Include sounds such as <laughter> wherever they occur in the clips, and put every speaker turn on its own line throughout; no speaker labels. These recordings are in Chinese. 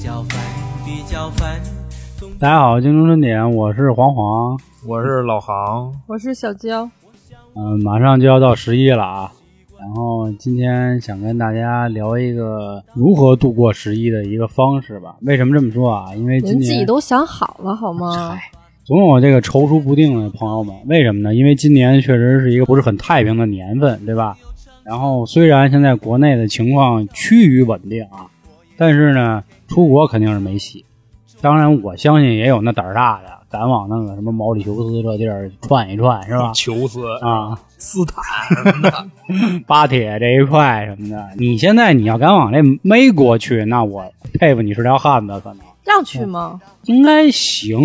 较烦，比较烦。
大家好，京中春点，我是黄黄。
我是老航，
我是小娇，
嗯、马上就要到十一了啊，然后今天想跟大家聊一个如何度过十一的一个方式吧。为什么这么说啊？因为今
您自己
年
都想好了好吗？
总有这个踌躇不定的朋友们，为什么呢？因为今年确实是一个不是很太平的年份，对吧？然后虽然现在国内的情况趋于稳定啊，但是呢，出国肯定是没戏。当然，我相信也有那胆儿大的，敢往那个什么毛里求斯这地儿窜一窜，是吧？
<laughs> 求斯、
啊，
斯坦什么的，
巴铁这一块什么的。你现在你要敢往这美国去，那我佩服你是条汉子，可能
让去吗？
应该行。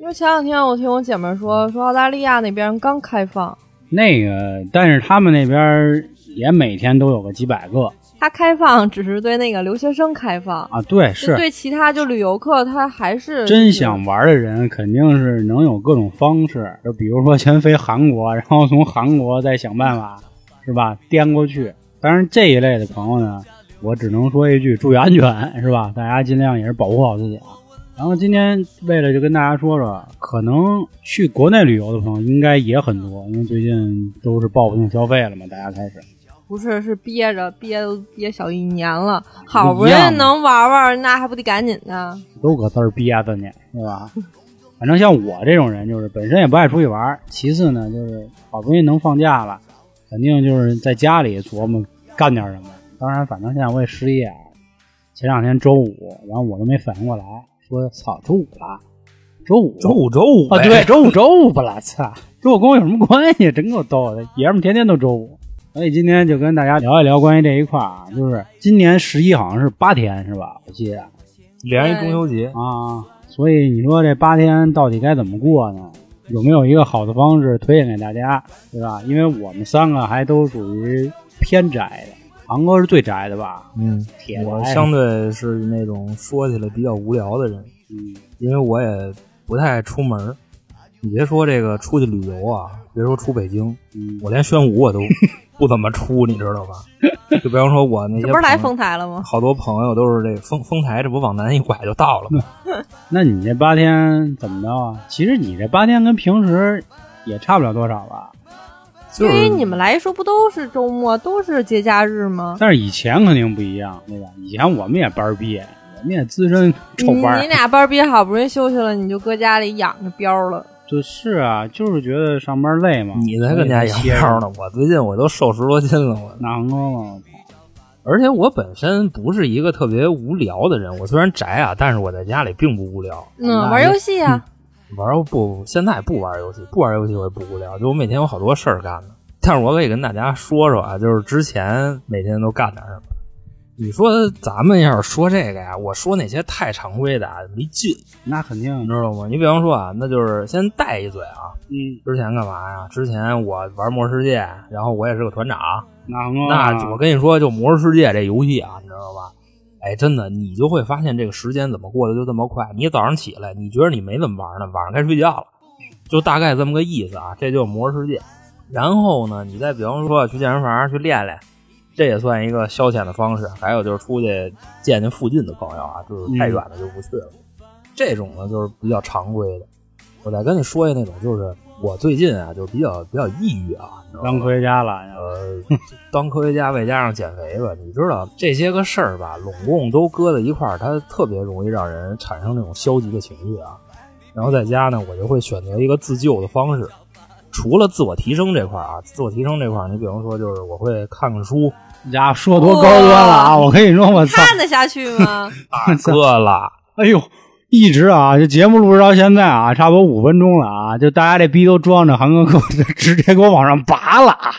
因为前两天我听我姐们说，说澳大利亚那边刚开放，
那个，但是他们那边也每天都有个几百个
它开放只是对那个留学生开放，
啊，对，
就是对其他就旅游客，它还是
真想玩的人肯定是能有各种方式，就比如说先飞韩国，然后从韩国再想办
<laughs>
法，是吧？颠过去。当然这一类的朋友呢，我只能说一句注意安全，是吧？大 <laughs> 家尽量也是保护好自己啊。然后今天为了就跟大家说说，可能去国内旅游的朋友应该也很多，因为最近都是报复性消费了嘛，大家开始。
不是是憋着憋都憋小一年了，好不容
不一样
易
嘛
能玩玩，那还不得赶紧的？
都搁字儿憋着呢，是
啊
吧？反正像我这种人，就是本身也不爱出去玩儿，其次呢，就是好不容易能放假了，肯定就是在家里琢磨干点什么。当然，反正现在我也失业啊，前两天周五，然后我都没反应过来，说操，周五了，周五，
周五周五
啊，
呗
对，，周五周五不了，操，周五跟我有什么关系？真够逗的，爷们儿天天都周五。所以今天就跟大家聊一聊关于这一块儿啊，就是今年十一好像是八天是吧？我记得。
连一中秋节，
啊，所以你说这八天到底该怎么过呢？有没有一个好的方式推荐给大家，对吧？因为我们三个还都属于偏宅的，航哥是最宅的吧？
嗯，
铁
我
宅
相对是那种说起来比较无聊的人，
嗯
因为我也不太爱出门儿。你别说这个出去旅游啊，别说出北京，
嗯，
我连宣武
<laughs>
我都不怎么出，你知道吧？就比方说我那些
这不是来
朋
丰台了吗？
好多朋友都是这丰丰台，这不往南一拐就到
<laughs>
了吗？
那你这八天怎么着啊？其实你这八天跟平时也差不了多少吧，
就是
对于你们来说，不都是周末，都是节假日吗？
但是以前肯定不一样，对吧？以前我们也班儿毕业，我们也资深臭班儿
你你俩班儿憋好不容易休息了，你就搁家里养着膘了。
就是啊，就是觉得上班累嘛。
你才跟家养
所以就歇着
膘呢，我最近我都瘦十多斤了，我
那航哥嘛，
而且我本身不是一个特别无聊的人，我虽然宅啊，但是我在家里并不无聊。
嗯，玩游戏呀、
玩不现在不玩游戏，不玩游戏我也不无聊，就我每天有好多事儿干呢。但是我可以跟大家说说啊，就是之前每天都干点什么。你说咱们要是说这个呀，我说那些太常规的啊没劲，
那肯定
你知道吗？你比方说啊，那就是先带一嘴啊，
嗯，
之前干嘛呀？之前我玩魔兽世界，然后我也是个团长，
那很好啊
那我跟你说，就《魔兽世界》这游戏啊，你知道吧？哎，真的，你就会发现这个时间怎么过得就这么快。你早上起来，你觉得你没怎么玩呢，晚上该睡觉了，就大概这么个意思啊。这就是《魔兽世界》。然后呢，你再比方说去健身房去练练，这也算一个消遣的方式。还有就是出去见见附近的朋友啊，就是太远的就不去了。这种呢就是比较常规的。我再跟你说一那种，就是我最近啊，就比较比较抑郁啊，你知道吗
当科学家了，
呃，当科学家外加上减肥吧，你知道这些个事儿吧，拢共都搁在一块儿，它特别容易让人产生那种消极的情绪啊。然后在家呢，我就会选择一个自救的方式，除了自我提升这块儿啊，自我提升这块儿，你比方说就是我会看看
<laughs>
书，
呀，说多高端了啊！
哇
我跟你说，我操，
<laughs> 看得下去 <laughs> 吗？
啊
大哥啦，
哎呦，一直啊，这节目录制到现在啊，差不多五分钟了啊，就大家这逼都装着，韩哥给我 <laughs> 直接给我往上拔了，啊！。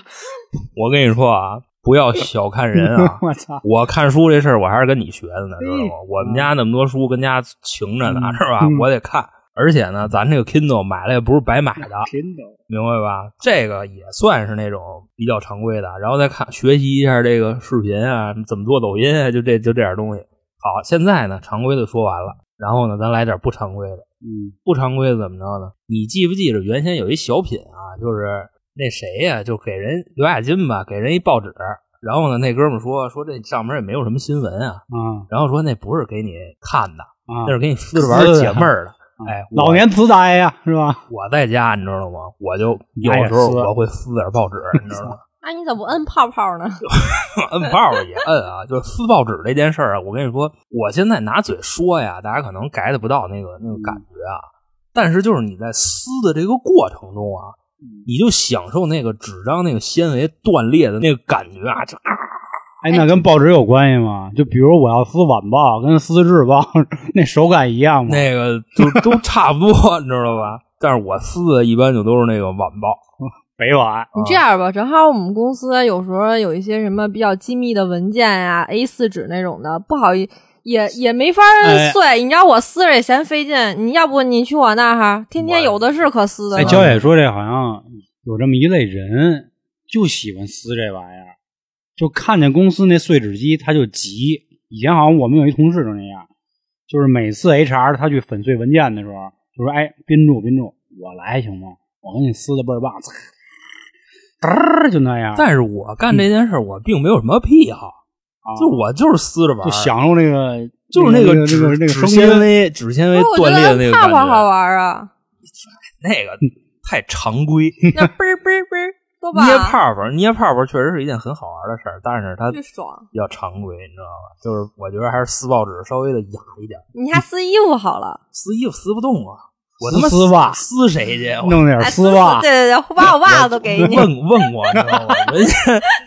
我跟你说啊，不要小看人啊
<laughs> 我操，
我看书这事儿，我还是跟你学的呢，知道吗？我们家那么多书跟家情着呢，
嗯
是吧
嗯？
我得看，而且呢，咱这个 Kindle 买了也不是白买的，
真的，
明白吧？这个也算是那种比较常规的，然后再看学习一下这个视频啊，怎么做抖音啊，就这就这点东西。好，现在呢，常规的说完了，然后呢，咱来点不常规的。
嗯，
不常规的怎么着呢？你记不记着原先有一小品啊，就是那谁呀、就给人刘亚金吧，给人一报纸，然后呢，那哥们儿说说这上面也没有什么新闻啊，
啊
然后说那不是给你看的，
啊
那是给你撕着玩儿解闷儿的。哎，我
老年痴呆呀，是吧？
我在家，你知道吗？我就有时
拿
候
眼撕
我会撕点报纸，你知道吗？
那你怎么不摁泡泡呢？
摁报也摁啊，就是撕报纸这件事儿啊，我跟你说，我现在拿嘴说呀，大家可能 get 不到那个那个感觉啊，但是就是你在撕的这个过程中啊，你就享受那个纸张那个纤维断裂的那个感觉啊，这啊
哎，那跟报纸有关系吗？就比如我要撕晚报，跟撕日报 <laughs> 那手感一样吗？
那个就都差不多，你 <laughs> 知道吧？但是我撕的一般就都是那个晚报，
北晚
你这样吧，正好我们公司有时候有一些什么比较机密的文件呀、a 四纸那种的，不好意也也没法
哎
碎。你让我撕着也嫌费劲，你要不你去我那儿哈，天天
我
有的是可撕的
哎，
了。
焦野说这好像有这么一类人，就喜欢撕这玩意儿，就看见公司那碎纸机他就急。以前好像我们有一同事就那样，就是每次 HR 他去粉碎文件的时候，就说：“哎，宾住宾住，我来行吗？我给你撕的倍儿棒，呲嘚儿就那样，
但是我干这件事儿我并没有什么癖好，
啊
就是我就是撕着玩
就
儿，
享受那个，
就是那
那
个
那
纸
个那个
纸
声
纤
音。
维纸纤维
不过我
断
觉
裂的那
得
个
泡
感
泡好
觉，
玩
<laughs>
啊，
那个太常规。
那嘣儿嘣儿嘣儿，多棒
捏
啊！
泡泡，捏泡泡确实是一件很好玩的事儿，但是它
巨
比
爽！
较常规，你知道吧？就是我觉得还是撕报纸稍微的雅一点，
你还撕衣服好了，
撕衣服撕不动啊，我
撕
他妈
丝袜
撕谁去？我
弄点
哎
丝袜，
对对对，我把我袜子都给
<laughs>
你。
问问过，你知道吗？人家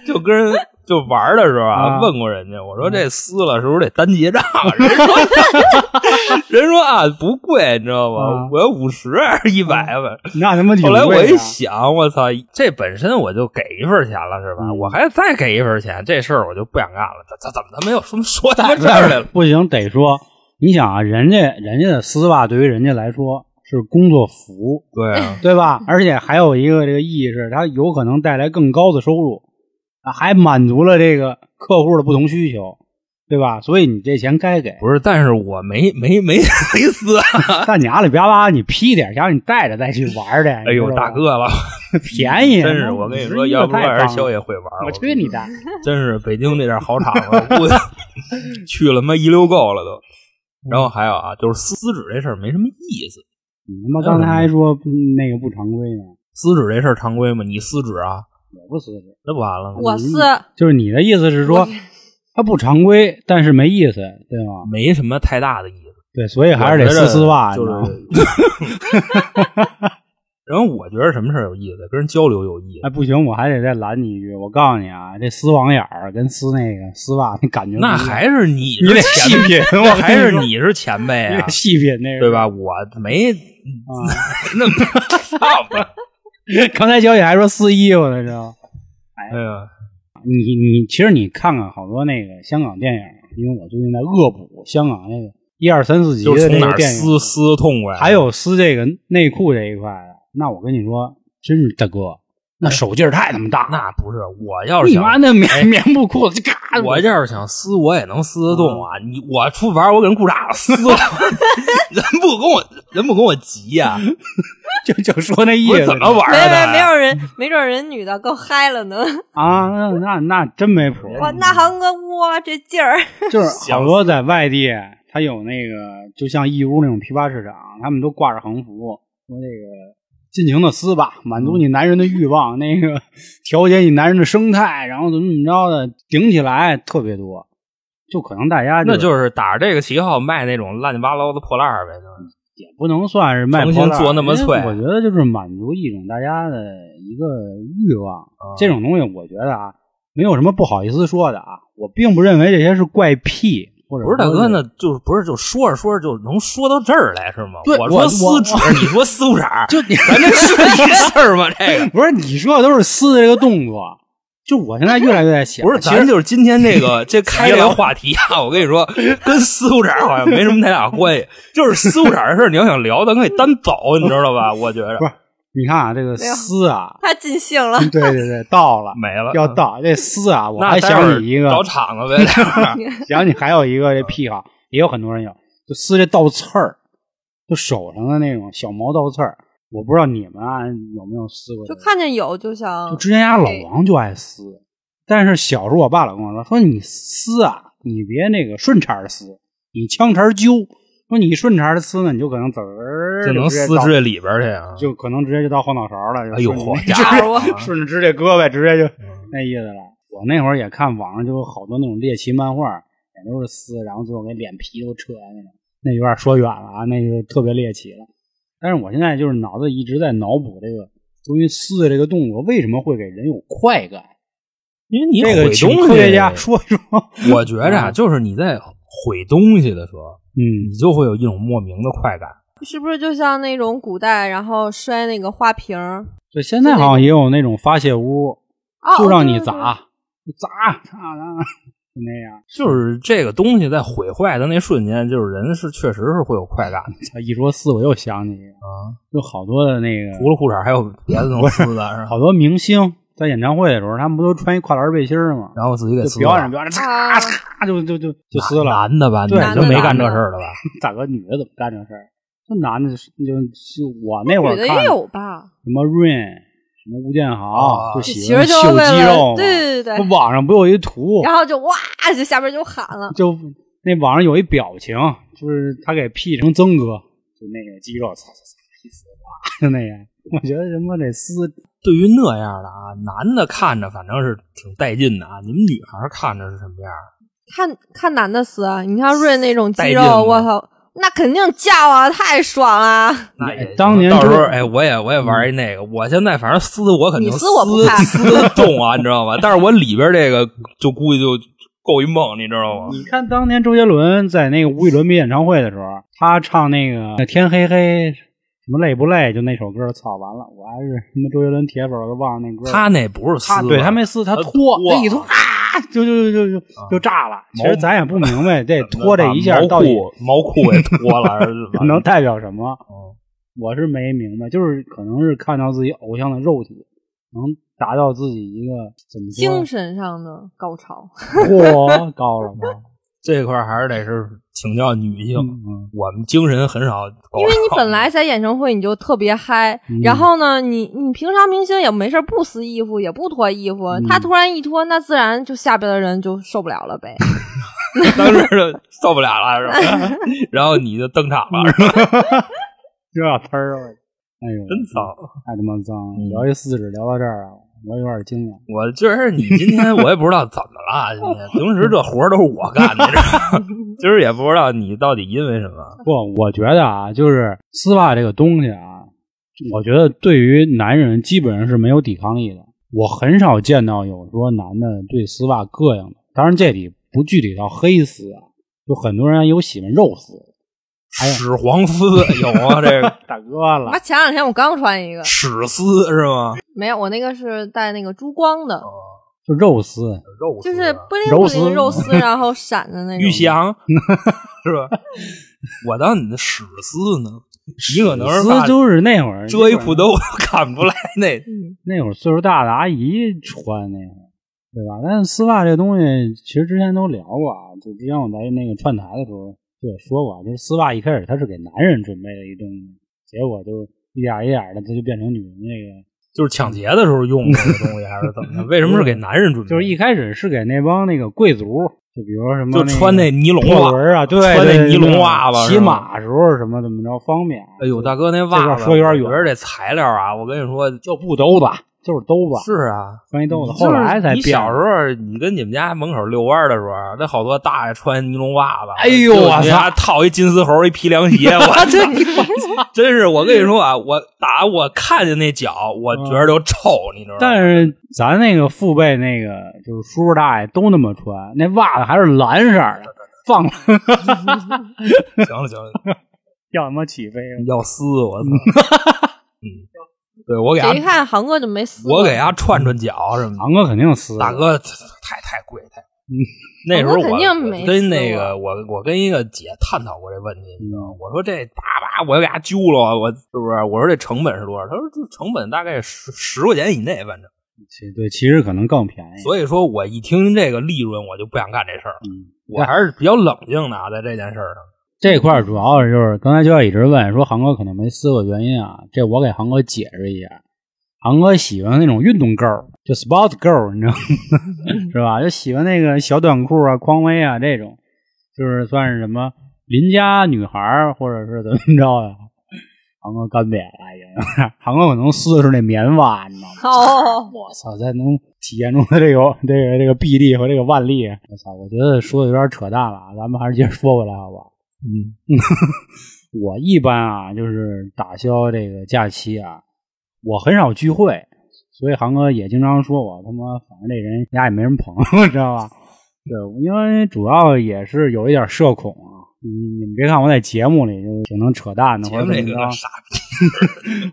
就跟人就玩的时候啊，
啊
问过人家，我说这撕了是不是得单结账？啊人说 <laughs> 人说啊不贵，你知道吗
啊？
我要五十一百吧。
那他妈
<laughs>
挺
后来我
贵
一
的
想，我操，这本身我就给一份钱了，是吧？
嗯
我还再给一份钱，这事儿我就不想干了。怎怎怎么他没有
<laughs>
什么说 <laughs> 大事儿来了？
不行，得说，你想啊，人家人家的丝袜对于人家来说是工作服，
对啊，
对吧？而且还有一个这个意义是，它有可能带来更高的收入，啊，还满足了这个客户的不同需求，对吧？所以你这钱该给。
不是，但是我没没没 <laughs> 没撕。
但你阿里巴巴，你批点，然后你带着再去玩去。
哎呦，
你知道吗
大，哥了，
便宜，
真是我跟你说，
51
要不
太棒
然
了
肖也会玩儿。嗯
我去你的！
真是北京这点好厂子，我估计 <laughs> 去了他妈一溜够了都。然后还有啊，就是撕纸这事儿没什么意思。
你他妈刚才还说嗯那个不常规呢，
撕纸这事儿常规吗？你撕纸啊，
我不撕纸。
那不完了吗？
我撕，
就是你的意思是
我
说，它不常规，但是没意思，对吗？
没什么太大的意思，
对，所以哎还是得
我觉
撕
得
丝袜，
就
你知道吗
是。 <laughs> 然后我觉得什么事儿有意思，跟人交流有意思
哎，，不行，我还得再拦你一句。我告诉你啊，这撕网眼儿跟撕那个丝袜那感觉不一样，
那还是你
你得
是前
细品，我
那还是
跟说
你是前辈
你
啊
得，细品那个，
对？吧？我
哎
没
啊，
那么，
刚才小姐还说撕衣服呢，知道吗？
哎呀，
你你其实你看看好多那个香港电影，因为我最近在恶补香港那个一二三四集
就是
的
从哪
那个
儿
电影
撕，撕痛快，啊
还有撕这个内裤这一块的，那我跟你说，真是大哥，那手劲儿太他妈大了，
那不是我要是
哎你
想
妈那棉
哎
棉布裤子就嘎，
我要是想撕，我也能撕得动啊！
嗯
你我出门，我给人裤衩撕了， <laughs> 人不跟我人不跟我急
<laughs>
呀、
就就说那意
我
思，
怎么玩
没
儿的？
没没有人，没准人女的更嗨了呢。
啊？那那那真没谱，
哇，那韩哥哇这劲儿，
就是好多在外地，他有那个就像义乌那种批发市场，他们都挂着横幅，说那个尽情的撕吧，满足你男人的欲望，那个调节你男人的生态，然后怎么怎么着的，顶起来特别多。就可能大家
那
就
就是打着这个旗号卖那种乱七八糟的破烂儿呗，就是
也不能算是卖
重新
破烂儿
做那么脆
因为我觉得就是满足一种大家的一个欲望，
啊
这种东西我觉得啊，没有什么不好意思说的啊，我并不认为这些是怪癖。或者
不是大
说
哥，那就是不是就说着说着就能说到这儿来是吗？
对
我
我
说撕纸，你说撕裤衩，
<laughs> 就你
<laughs> 咱这是一事儿吗？
<laughs>
这个。
不是你说的都是撕的这个动作，就我现在越来越在想，
<laughs> 不是，
其
咱
实
就是今天这个这开这个话题啊，我跟你说，跟丝裤衩好像没什么太大关系。就是丝裤衩的事儿，你要想聊，咱可以单走，你知道吧？我觉着
不是你看啊，这个撕啊，
他尽兴了。
对对对，
<laughs>
到了
没了。
要到这撕啊，我
嗯那
还
待会儿
想起一个，
找场子
<laughs>
呗，待会儿
想起还有一个这癖好，也有很多人有，就撕这倒刺儿，就手上的那种小毛倒刺儿，我不知道你们啊有没有撕过这
就
个，
看见有就想
就之前家老王就爱撕，但是小时候我爸老跟我说，说你撕啊，你别那个顺茬儿撕，你枪茬儿揪。说你顺茬儿撕呢，你就可能滋儿
就能
直接
撕
到
这里边去啊！
就可能直接就到后脑勺了。就
哎呦，好
顺着直
家
接
伙啊！嗯
顺着直接胳膊直接就那意思了。我那会儿也看网上就有好多那种猎奇漫画，也都是撕，然后最后给脸皮都扯啊那种。那有点说远了啊，那就特别猎奇了。但是我现在就是脑子一直在脑补这个关于撕的这个动作为什么会给人有快感。
因为你
这
毁
个请
东
科学
西，
家说
<laughs>
说。嗯
我觉着啊，就是你在毁东西的时候，
嗯
你就会有一种莫名的快感。
是不是就像那种古代，然后摔那个花瓶儿？，
对，现在好像也有那种发泄屋，
哦
就让你
对对对
砸砸砸砸， <laughs> 就那样。
就是这个东西在毁坏的那瞬间，就是人是确实是会有快感的
操一说撕，我又想起一个，
啊。
有好多的那个
除了裤衩，还有别的能撕的，是吧
好多明星在演唱会的时候，他们不都穿一跨栏背心儿吗？
然后自己给
就
撕
表演
了
着。表演着，
啊
嚓嚓就就就就撕 <laughs> 了。
男的吧？你
对
们就
男的
没干这事儿了吧？
大哥，女的怎么干这事儿？这男的就就我那会儿
女的
看
也
什
有吧？
么 Rain，什么吴建豪，
啊
就
其
喜
实
欢
就是
秀
为
肌肉
了
嘛。
对对对
不，网上不有一图，
然后就哇，就下边就喊了，
就那网上有一表情，就是他给 P 成曾哥，就那个肌肉，擦擦擦，一撕哇， <laughs> 就那样。我觉得什么得撕，
对于那样的啊，男的看着反正是挺带劲的啊，你们女孩看着是什么样？
看看男的死，啊你像瑞那种肌
带劲吗
肉，我操，那肯定叫啊，太爽啊！
那也
哎当年
到时候
就是
哎，我也我也玩一那个，我现在反正撕我肯定
你撕我不看
撕得动啊，你知道吗？但是我里边这个就估计就够一梦，你知道吗？
你看当年周杰伦在那个无与伦比演唱会的时候，他唱那
嗯
个《天黑黑》什么累不累，就那首歌，操，完了，我还是什么周杰伦铁粉，我都忘了那歌。
他那不是撕
他，对他没撕，他拖，
他拖啊
这一拖啊，就就就就就炸了。其实咱也不明
<laughs>
白这拖这一下
毛
到底
裤毛裤也脱了，还是
<laughs> 能代表什么
嗯？
我是没明白，就是可能是看到自己偶像的肉体，能达到自己一个怎么
精
说？
神上的高潮，
嚯，高了吧？
这块儿还是得是请教女性，
嗯，
我们精神很少搞
因为你
搞
本来在演唱会你就特别嗨
嗯，
然后呢，你你平常明星也没事儿不撕衣服，也不脱衣服
嗯，
他突然一脱，那自然就下边的人就受不了了呗。
<laughs> 当时就受不了了，是
<laughs>
吧？然后你就登场了，
嗯
是吧
这小呲儿，我哎呦，
真骚！
太他妈脏了！
嗯
聊一四指聊到这儿啊，我有点惊了。
我就是你今天我也不知道怎么了，今天平时这活儿都是我干的，是吧 <laughs> 今儿也不知道你到底因为什么。
不，我觉得啊，就是丝袜这个东西啊，我觉得对于男人基本上是没有抵抗力的。我很少见到有说男的对丝袜膈应的。当然，这里不具体到黑丝啊，就很多人有喜欢肉丝的。哎呀
屎黄丝有啊，这个
大哥了
妈，，前两天我刚穿一个，
屎丝是吗？
没有，我那个是带那个珠光的，
哦
就肉丝，
肉丝
就是不灵
肉
不
丝
灵肉
<laughs>
丝，然后闪的那种
啊玉。啊 <laughs> 祥是吧？我当你的屎丝呢？你可能是怕
丝就是那会儿
遮一裤兜都看不出来那
嗯
那会儿岁数大的阿姨穿那个，对吧？但是丝袜这东西，其实之前都聊过啊，就之前我在那个串台的时候就也说过啊，就是丝袜一开始它是给男人准备的一东西，结果就一点儿一点儿的，它就变成女人那
就是抢劫的时候用的这个东西，还是怎 <laughs> 么着？为什么是给男人准备？
个，就是一开始是给那帮那个贵族，就比如说什么
就穿那
那
尼龙
破
袜
轮啊，对，
穿那
对
尼龙
对
袜吧
骑
是吧
马时候什么怎么着方便。啊
哎呦，大哥，
哥
那袜
这
子
个说有点远
我觉得这材料啊，我跟你说，
就不兜子，就是兜子，
是啊，
穿一兜子。
就是
后来才
你
变
小时 <laughs> 候，你跟你们家门口遛弯的时候，那好多大爷穿尼龙袜子，
哎呦
就
我
你
操
还套一金丝猴，一皮凉鞋，我这
<laughs>
真是我跟你说啊，我打我看见那脚，我觉得就臭，你知道吗？
但是咱那个父辈那个就是叔叔大爷都那么穿，那袜子还是蓝色儿的，放了
行了行了，
要他妈起飞了。
要撕我操！嗯，对我给
谁
他，
看韩哥就没撕过，
我给啊他串串脚什么的。
堂哥肯定撕，
大哥太太贵太贵
嗯。
那时候
我
我
肯定没
我跟那
撕
个我我跟一个姐探讨过这问题，你知道吗？我说这叭叭，我给他揪了，我是不是？我说这成本是多少？他说这成本大概十十块钱以内，反正。
其对，其实可能更便宜。
所以说我一听这个利润，我就不想干这事儿了。
嗯，
我还是比较冷静的啊，在这件事儿上。
这块儿主要就是刚才就要一直问说航哥肯定没撕过原因啊，这我给航哥解释一下。航哥喜欢那种运动 girl，就 sport girl，你知道吗？ <laughs> 是吧？就喜欢那个小短裤啊、匡威啊这种，就是算是什么邻家女孩儿或者是怎么着呀、航哥干瘪了已经，航哥可能撕的是那棉袜，你知道吗？
哦，
我操，才能体现出他这个这个这个臂力和这个腕力。啊我操，我觉得说的有点扯淡了啊，咱们还是接着说回来，好不好？
嗯，
<laughs> 我一般啊，就是打消这个假期啊，我很少聚会，所以航哥也经常说我他妈，反正这人家也没人捧， <laughs> 知道吧？对，因为主要也是有一点社恐啊。你你们别看我在节目里就是挺能扯淡的，或
节
者
目
怎
里
么
个
着，
傻逼，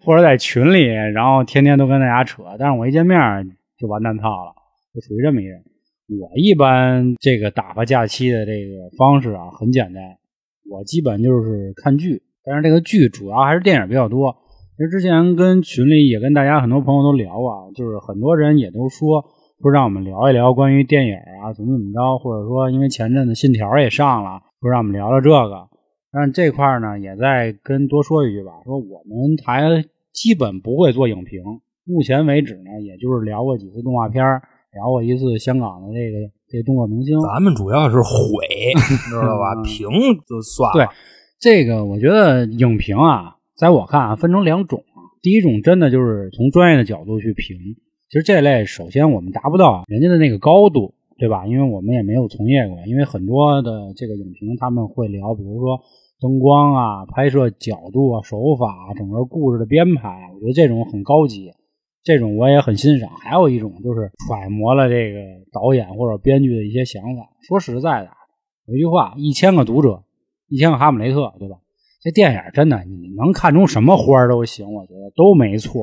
或者在群里，然后天天都跟大家扯，但是我一见面就完蛋套了，就属于这么一人。我一般这个打发假期的这个方式啊，很简单，我基本就是看剧，但是这个剧主要还是电影比较多。其实之前跟群里也跟大家很多朋友都聊啊，就是很多人也都说说让我们聊一聊关于电影啊怎么怎么着，或者说因为前阵子《信条》也上了，说让我们聊聊这个。但这块儿呢，也再跟多说一句吧，说我们台基本不会做影评，目前为止呢，也就是聊过几次动画片儿，聊过一次香港的这个这动作明星。
咱们主要是毁，
<laughs>
知道
嗯
吧？评就算了，
这个我觉得影评啊，在我看啊，分成两种啊。第一种真的就是从专业的角度去评，其实这类首先我们达不到人家的那个高度，对吧？因为我们也没有从业过，因为很多的这个影评他们会聊，比如说灯光啊、拍摄角度啊、手法啊、整个故事的编排啊，我觉得这种很高级。这种我也很欣赏。还有一种就是揣摩了这个导演或者编剧的一些想法。说实在的啊，有一句话：一千个读者，一千个哈姆雷特，对吧？这电影真的，你能看出什么花儿都行，我觉得都没错，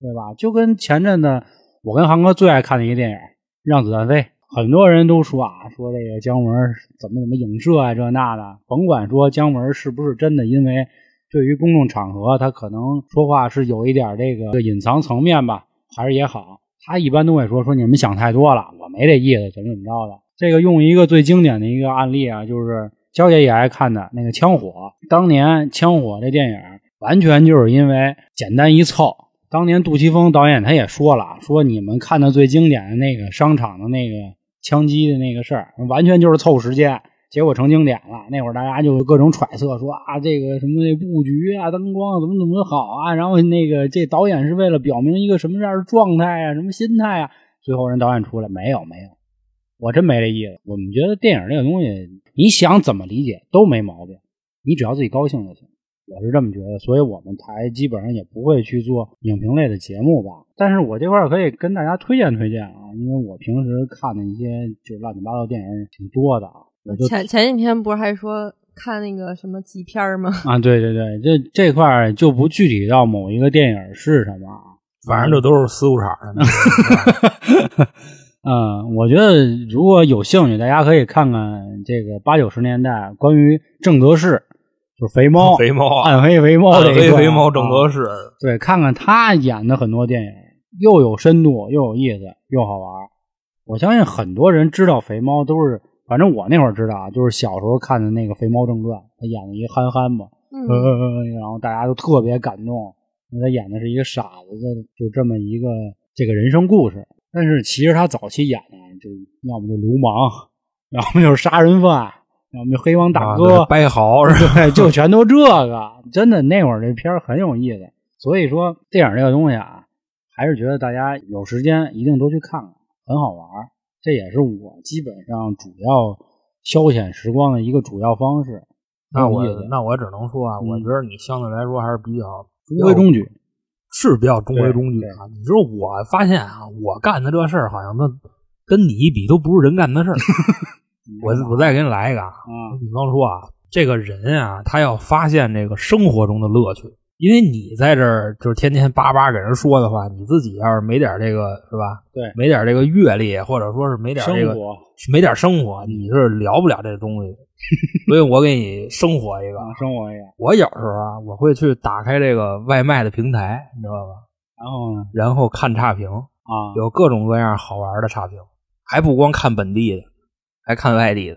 对吧？就跟前阵子我跟航哥最爱看的一个电影《让子弹飞》，很多人都说啊，说这个姜文怎么怎么影射啊，这那的，甭管说姜文是不是真的，因为对于公众场合，他可能说话是有一点这个隐藏层面吧，还是也好。他一般都会说说你们想太多了，我没这意思，怎么怎么着的。这个用一个最经典的一个案例啊，就是娇姐也爱看的那个《枪火》，当年《枪火》这电影完全就是因为简单一凑。当年杜琪峰导演他也说了，说你们看的最经典的那个商场的那个枪击的那个事儿，完全就是凑时间。结果成经典了。那会儿大家就各种揣测说啊，这个什么这布局啊、灯光怎么怎么好啊，然后那个这导演是为了表明一个什么样的状态啊、什么心态啊。最后人导演出来没有没有，我真没这意思。我们觉得电影这个东西，你想怎么理解都没毛病，你只要自己高兴就行。我是这么觉得，所以我们台基本上也不会去做影评类的节目吧。但是我这块儿可以跟大家推荐推荐啊，因为我平时看的一些就是乱七八糟电影挺多的啊。我就
哦前前几天不是还说看那个什么极片儿吗？
<laughs> 啊，对对对，这这块儿就不具体到某一个电影是什么啊。
反正这都是私物场的。是 <laughs> 吧
嗯，我觉得如果有兴趣，大家可以看看这个八九十年代关于郑则仕，就是肥猫、
肥猫啊，
暗黑肥猫这一
黑
段
肥猫
啊
郑则仕，
对，看看他演的很多电影，又有深度，又有意思，又好玩儿。我相信很多人知道肥猫都是，反正我那会儿知道啊，就是小时候看的那个《肥猫正传》，他演的一个憨憨嘛，
嗯，
呃，然后大家都特别感动，因为他演的是一个傻子的，就这么一个这个人生故事。但是其实他早期演的就要么就流氓，要么就是杀人犯，要么就黑帮大
啊
哥，嗯
这掰豪是吧？
对，就全都这个。真的那会儿这片儿很有意思，所以说电影这个东西啊，还是觉得大家有时间一定多去看看，很好玩儿。这也是我基本上主要消遣时光的一个主要方式。
那我
有意思
那我只能说啊，
嗯
我觉得你相对来说还是比较
中规中矩，
是比较中规中矩啊。你说我发现啊，我干的这事儿好像都跟你一比都不是人干
<laughs>
的事儿。我我再给你来一个啊，
嗯啊，
比方说啊，这个人啊，他要发现这个生活中的乐趣，因为你在这儿就是天天叭叭给人说的话，你自己要是没点这个是吧？
对
没点这个阅历，或者说是没点这
生
个
活嗯
没点生活，你是聊不了这东西的。所以我给你生活一个，
啊，生活一个。
我有时候啊，我会去打开这个外卖的平台，你知道吧？
然后呢？
然后看差评，
啊，
有各种各样好玩的差评，还不光看本地的，还看外地的。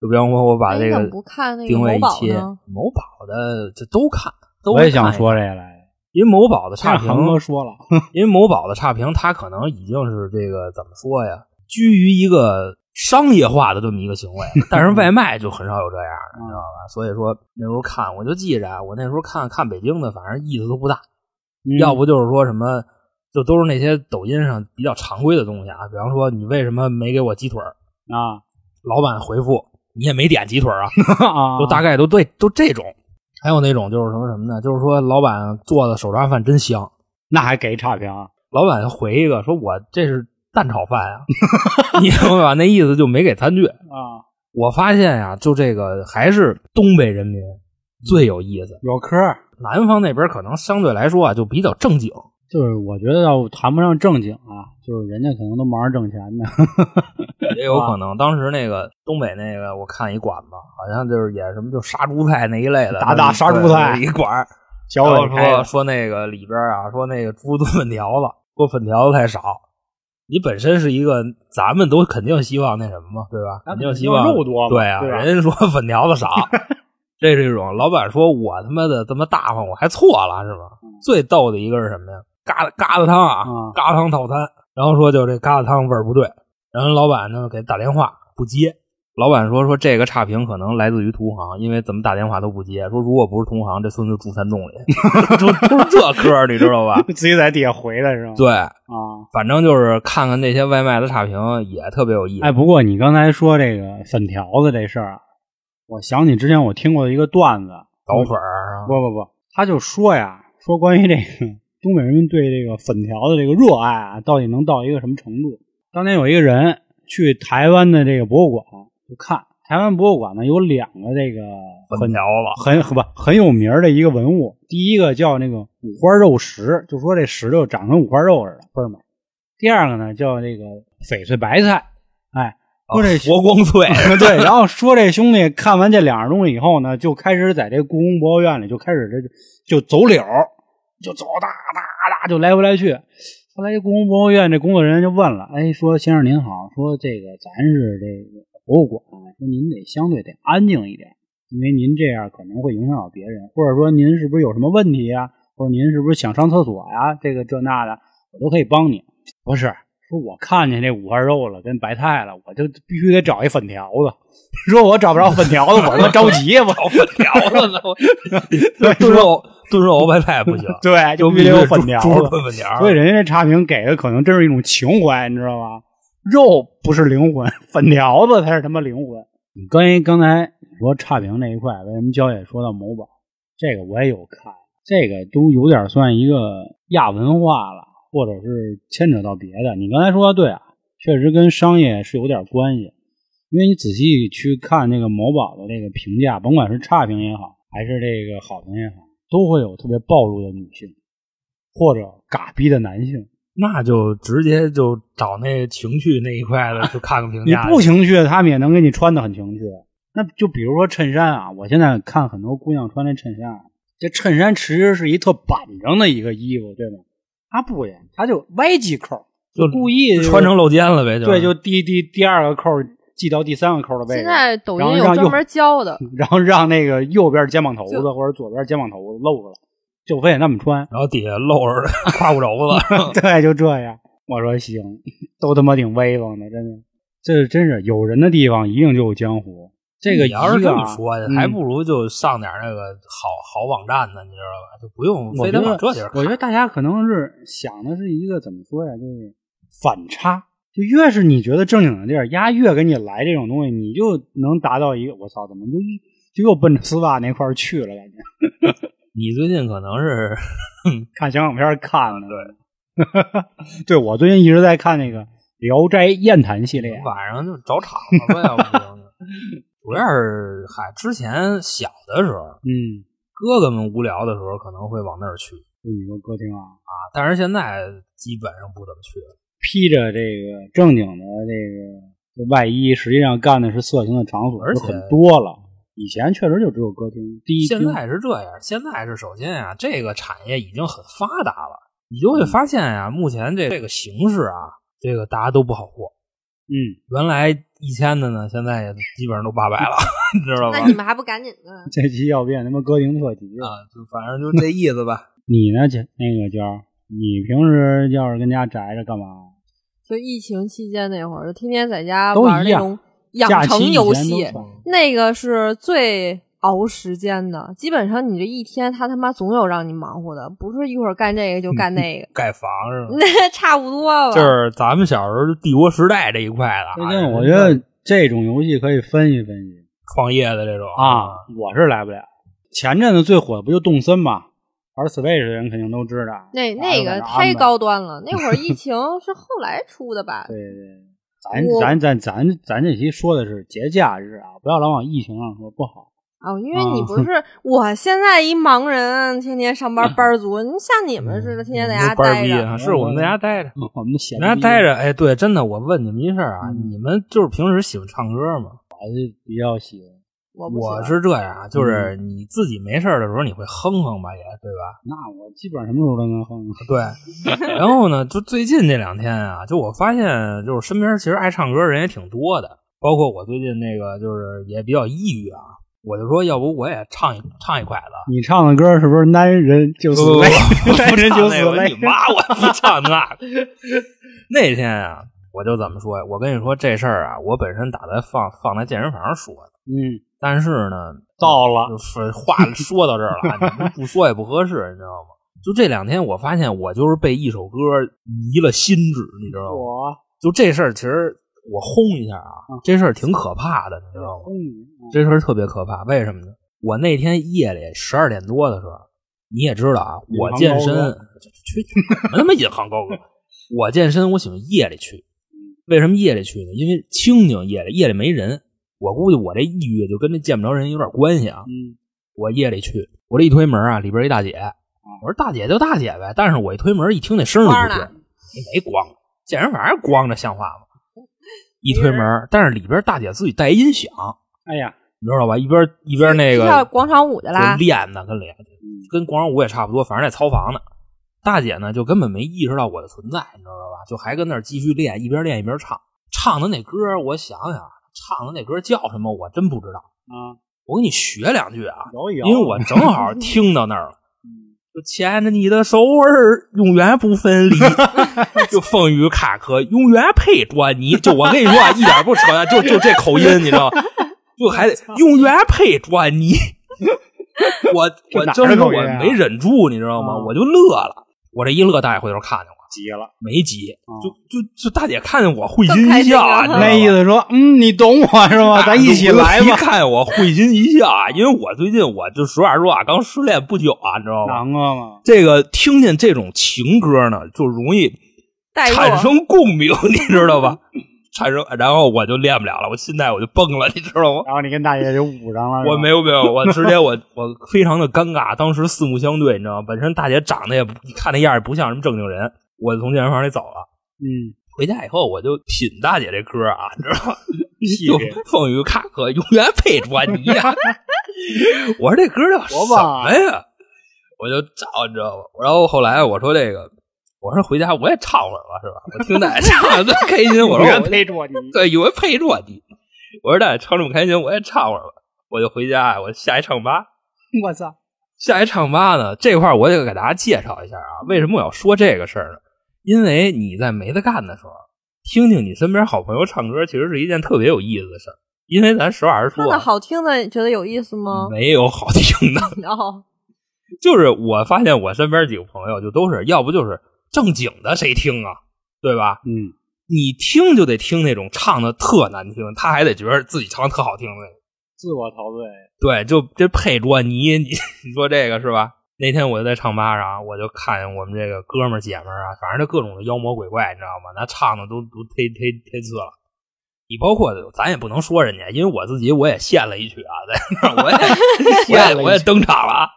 就比方说，我把
哎
这
你怎
个
么不看那个
定位
某宝
一切
呢，
某宝的这都看，都
我也
看
想
一
说这个来着。
因为某宝的差
看
评，
航哥说了，
因为某宝的差评，它可能已经是这个怎么说呀，居于一个商业化的这么一个行为， <laughs> 但是外卖就很少有这样的，
嗯
你知道吧？所以说那时候看，我就记着啊，我那时候看看北京的，反正意思都不大，
嗯
要不就是说什么，就都是那些抖音上比较常规的东西啊，比方说你为什么没给我鸡腿儿？
<laughs> 啊
老板回复你也没点鸡腿儿啊，
啊，
都大概都对，都这种。还有那种就是什么什么呢？就是说老板做的手抓饭真香，
<laughs> 那还给差评？啊
老板回一个说：“我这是蛋炒饭啊， <laughs> 你明白吧？那意思就没给餐具。
啊，
我发现呀、就这个还是东北人民最有意思。
有嗑儿，
南方那边可能相对来说啊，就比较正经。
就是我觉得要谈不上正经啊，就是人家可能都忙着挣钱呢。
也有可能。当时那个东北那个，我看一馆子，好像就是也什么就杀猪菜那一类的，
打打杀猪菜
对一馆儿。
<laughs> 小
然后
伟开
说
的
说那个里边啊，说那个猪炖粉条子，说粉条子太少。你本身是一个，咱们都肯定希望那什么嘛，对吧？
咱
肯
们
定希望
肉多嘛
对啊，
对吧
人家说粉条
<laughs>
子少，这是一种。老板说我他妈的这么大方，我还错了是吗？最逗的一个是什么呀？疙瘩疙瘩汤啊，
嗯
疙瘩汤套餐，然后说就这疙瘩汤味儿不对，然后老板呢给打电话不接，老板说说这个差评可能来自于同行，因为怎么打电话都不接，说如果不是同行，这孙子住山洞里，就都是这嗑儿，你知道吧？
<laughs> 自己在底下回的是
<laughs>
吗？
对，
啊，
反正就是看看那些外卖的差评也特别有意思。
哎，不过你刚才说这个粉条子这事儿啊，我想起之前我听过的一个段子，
倒粉儿啊
不不不，他就说呀，说关于这个东北人民对这个粉条的这个热爱啊，到底能到一个什么程度？当年有一个人去台湾的这个博物馆就看，台湾博物馆呢有两个这个
粉条子，
很很不很有名儿的一个文物，第一个叫那个五花肉石，就说这石头长跟五花肉似的，倍儿美。第二个呢叫那个翡翠白菜，哎，
啊
说这
佛光翠，
<laughs> 对，然后说这兄弟看完这两样东西以后呢，就开始在这故宫博物院里就开始这就走柳儿，就走哒哒哒，就来回来去。后来这故宫博物院这工作人员就问了，哎，说先生您好，说这个咱是这个博物馆，说您得相对得安静一点，因为您这样可能会影响到别人，或者说您是不是有什么问题呀、或者您是不是想上厕所呀、这个这那的，我都可以帮你。不是，说我看见这五花肉了跟白菜了，我就必须得找一粉条子。说我找不着粉条子，我他妈着急，我
倒粉条子呢，我 <laughs>
对
炖肉炖肉白菜不行，
对， <laughs> 就必
必
须
须
得有
得
粉条
猪猪
子。
炖粉条儿。
所以人家这差评给的可能真是一种情怀，你知道吗？肉不是灵魂，粉条子才是他妈灵魂。你关于刚才你说差评那一块，为什么焦姐说到某宝，这个我也有看，这个都有点算一个亚文化了，或者是牵扯到别的。你刚才说的对啊，确实跟商业是有点关系，因为你仔细去看这个某宝的这个评价，甭管是差评也好，还是这个好评也好，都会有特别暴露的女性。或者嘎逼的男性，
那就直接就找那情趣那一块的，就看个评
啊你
价。
不情趣，他们也能给你穿的很情趣。那就比如说衬衫啊，我现在看很多姑娘穿这衬衫啊，这衬衫其实是一特板正的一个衣服，对吗？它不也，它就歪几扣，
就
故意就是
穿成露肩了呗，
对，
就
就第第第二个扣系到第三个扣的位置，
现在抖
然后
音有
让
专
右
门教的，
然后让那个右边肩膀头子
就
或者左边肩膀头子露出来，就非得那么穿。
然后底下露着 <laughs> 胯骨轴子， <laughs>
对，就这样。我说行，都他妈挺威风的，真的。这真是有人的地方一定就有江湖。这
<laughs>
个
你要是
一个
这么
啊
说呀，
嗯
还不如就上点那个好好网站呢，你知道吧？就不用
我
非
觉
得
得
往这地儿看。
我觉得大家可能是想的是一个怎么说呀，就是反差。就越是你觉得正经的地儿，丫越给你来这种东西，你就能达到一个我操，怎么就一就又奔着丝袜那块儿去了？感觉
你最近可能是
看香港片儿看了， <laughs> 对，对我最近一直在看那个《聊斋艳谈》系列，
晚上就找场子呗，不
<laughs>
行。主要是嗨，之前小的时候，
嗯，
哥哥们无聊的时候可能会往那儿去
就你说歌厅啊，
啊，但是现在基本上不怎么去了。
披着这个正经的这个外衣，实际上干的是色情的场所
而
就
且
很多了。以前确实就只有歌厅，第一
现
厅
在是这样，现在是首先啊，这个产业已经很发达了，你就
嗯
会发现啊，目前这这个形势啊，这个大家都不好过。
嗯，
原来一千的呢，现在也基本上都八百了， <laughs> 你知道吧？
那你们还不赶紧的？嗯
这期要变他妈歌厅特辑了。
啊，就反正就这意思吧。，
你呢，姐那个娇儿，你平时要是跟家宅着干嘛？
就疫情期间那会儿，就天天在家
都
玩
一
那
样
种养
假期
成
以
游
前都
戏，
算
那个是最熬时间的。基本上你这一天，他他妈总有让你忙活的，不是一会儿干这个就干那个
<laughs> 盖房是吧？
那 <laughs> 差不多吧。
就是咱们小时候帝国时代这一块的
最
啊，
近我觉得这种游戏可以分析分析
创业的这种，
啊，我是来不了。前阵子最火的不就动森嘛，玩 Switch 的人肯定都知道。
那
哪有
那个
哪儿安
太
排
高端了，那会儿
<laughs>
疫情是后来出的吧？
对对，咱
我
咱咱咱咱这期说的是节假日啊，不要老往疫情上说不好。 <laughs>
哦，因为你
啊
不是我现在一盲人，天天上
<laughs>
班班儿族，你像你们似的，天天在家
嗯班儿
待
逼
着，
啊是我们在家待着。
我们闲
在家待着，哎，对，真的，我问你们一事儿啊，
嗯
你们就是平时喜欢唱歌吗？
比较喜欢，
我不
我
行
是这样啊，就是你自己没事儿的时候，你会哼哼吧，也对吧？
那我基本上什么时候都能哼。 <laughs>
对。然后呢，就最近这两天啊，就我发现，就是身边其实爱唱歌人也挺多的，包括我最近那个就是也比较抑郁啊，我就说要不我也唱一唱一块子。
你唱的歌是不是男人就
不
是
不不，
泪， <laughs>
不
男人就
唱
是
那个，
泪
你？妈，我哎不唱那个。那天啊，我就怎么说呀？我跟你说这事儿啊，我本身打算放放在健身房说的，
嗯，
但是呢，
到了，
就是话 <laughs> 说到这儿了啊，你不说也不合适，你知道吗？就这两天，我发现我就是被一首歌迷了心智，你知道吗？
我
就这事儿，其实我轰一下啊
嗯，
这事儿挺可怕的，你知道吗？
嗯嗯
这事儿特别可怕，为什么呢？我那天夜里十二点多的时候，你也知道啊，
引
我
吭
健
高
身
歌
去他妈引吭高歌，我健身我喜欢夜里去，
嗯
为什么夜里去呢？因为清静夜里，夜里没人，我估计我这抑郁就跟这见不着人有点关系啊。
嗯，
我夜里去，我这一推门啊，里边一大姐，我说大姐就大姐呗，但是我一推门一听那声儿就
光
不
呢
对，没光，健身房光着像话吗？
<laughs>
一推门，但是里边大姐自己带音响，
哎呀，
你知道吧？一边一边那
去
个
跳广场舞去
就
啦。
练呢，跟练跟广场舞也差不多，反正在操房呢。大姐呢就根本没意识到我的存在，你知道吧？就还跟那儿继续练，一边练一边唱，唱的那歌我想想啊，唱的那歌叫什么我真不知道，
啊，
我给你学两句啊，
有有，
因为我正好听到那儿了。
嗯
就牵着你的手儿，永远不分
<laughs>
离。就风雨坎坷，永远配着你。就我跟你说啊，一点不扯淡，就就这口音，你知道吗？就还得永远配着
<laughs>
你。我我真是我
这哪儿的口音啊
没忍住，你知道吗？
嗯
我就乐了。我这一乐，大爷回头看见我，
急了，
没急，
嗯
就就就大姐看见我会心一笑啊，你知道
更
吗
那意思说，嗯，你懂我是吧？啊咱一起来
一 <laughs>
吧。
看我会心一笑啊，因为我最近我就实话说啊，刚失恋不久啊，你知道吗？
难过吗？
这个听见这种情歌呢，就容易
带入
产生共鸣，你知道吧？产生，然后我就练不了了，我心态我就崩了，你知道吗？
然后你跟大爷就捂上了，
我没
有，
有没有，我直接我我非常的尴尬，当时四目相对，你知道吗？本身大姐长得也不，你看那样也不像什么正经人，我就从健身房里走了。
嗯，
回家以后我就品大姐这歌啊，你知道吗？
细
就
致
风雨坎坷，永远陪着你呀。我说这歌叫什么呀？我就找你知道吗？然后后来我说这个，我说回家我也唱会儿吧，是吧？我听大爷唱的开心，
<laughs>
我说
原
我
配着你，
<laughs> 对，有人陪着你。我说大爷唱这么开心，我也唱会儿吧。我就回家，我下一唱吧。
<laughs> 我操，
下一唱吧呢，这块儿我得给大家介绍一下啊，为什么我要说这个事儿呢？因为你在没得干的时候，听听你身边好朋友唱歌，其实是一件特别有意思的事儿。因为咱实话实说
唱的
啊，
好听的，觉得有意思吗？
嗯
没有好听的， <laughs>
<laughs>
<laughs>
然后
就是我发现我身边几个朋友就都是，要不就是正经的谁听啊，对吧？
嗯，
你听就得听那种唱的特难听，他还得觉得自己唱的特好听的，
自我陶醉，
对，就这配着你，你你说这个是吧？那天我就在唱吧上，我就看见我们这个哥们儿姐们儿啊，反正就各种的妖魔鬼怪，你知道吗？那唱的都都忒忒忒次了。你包括咱也不能说人家，因为我自己我也献了一曲啊， <laughs> 在那儿我也我
献
也
了一曲
我也登场了啊。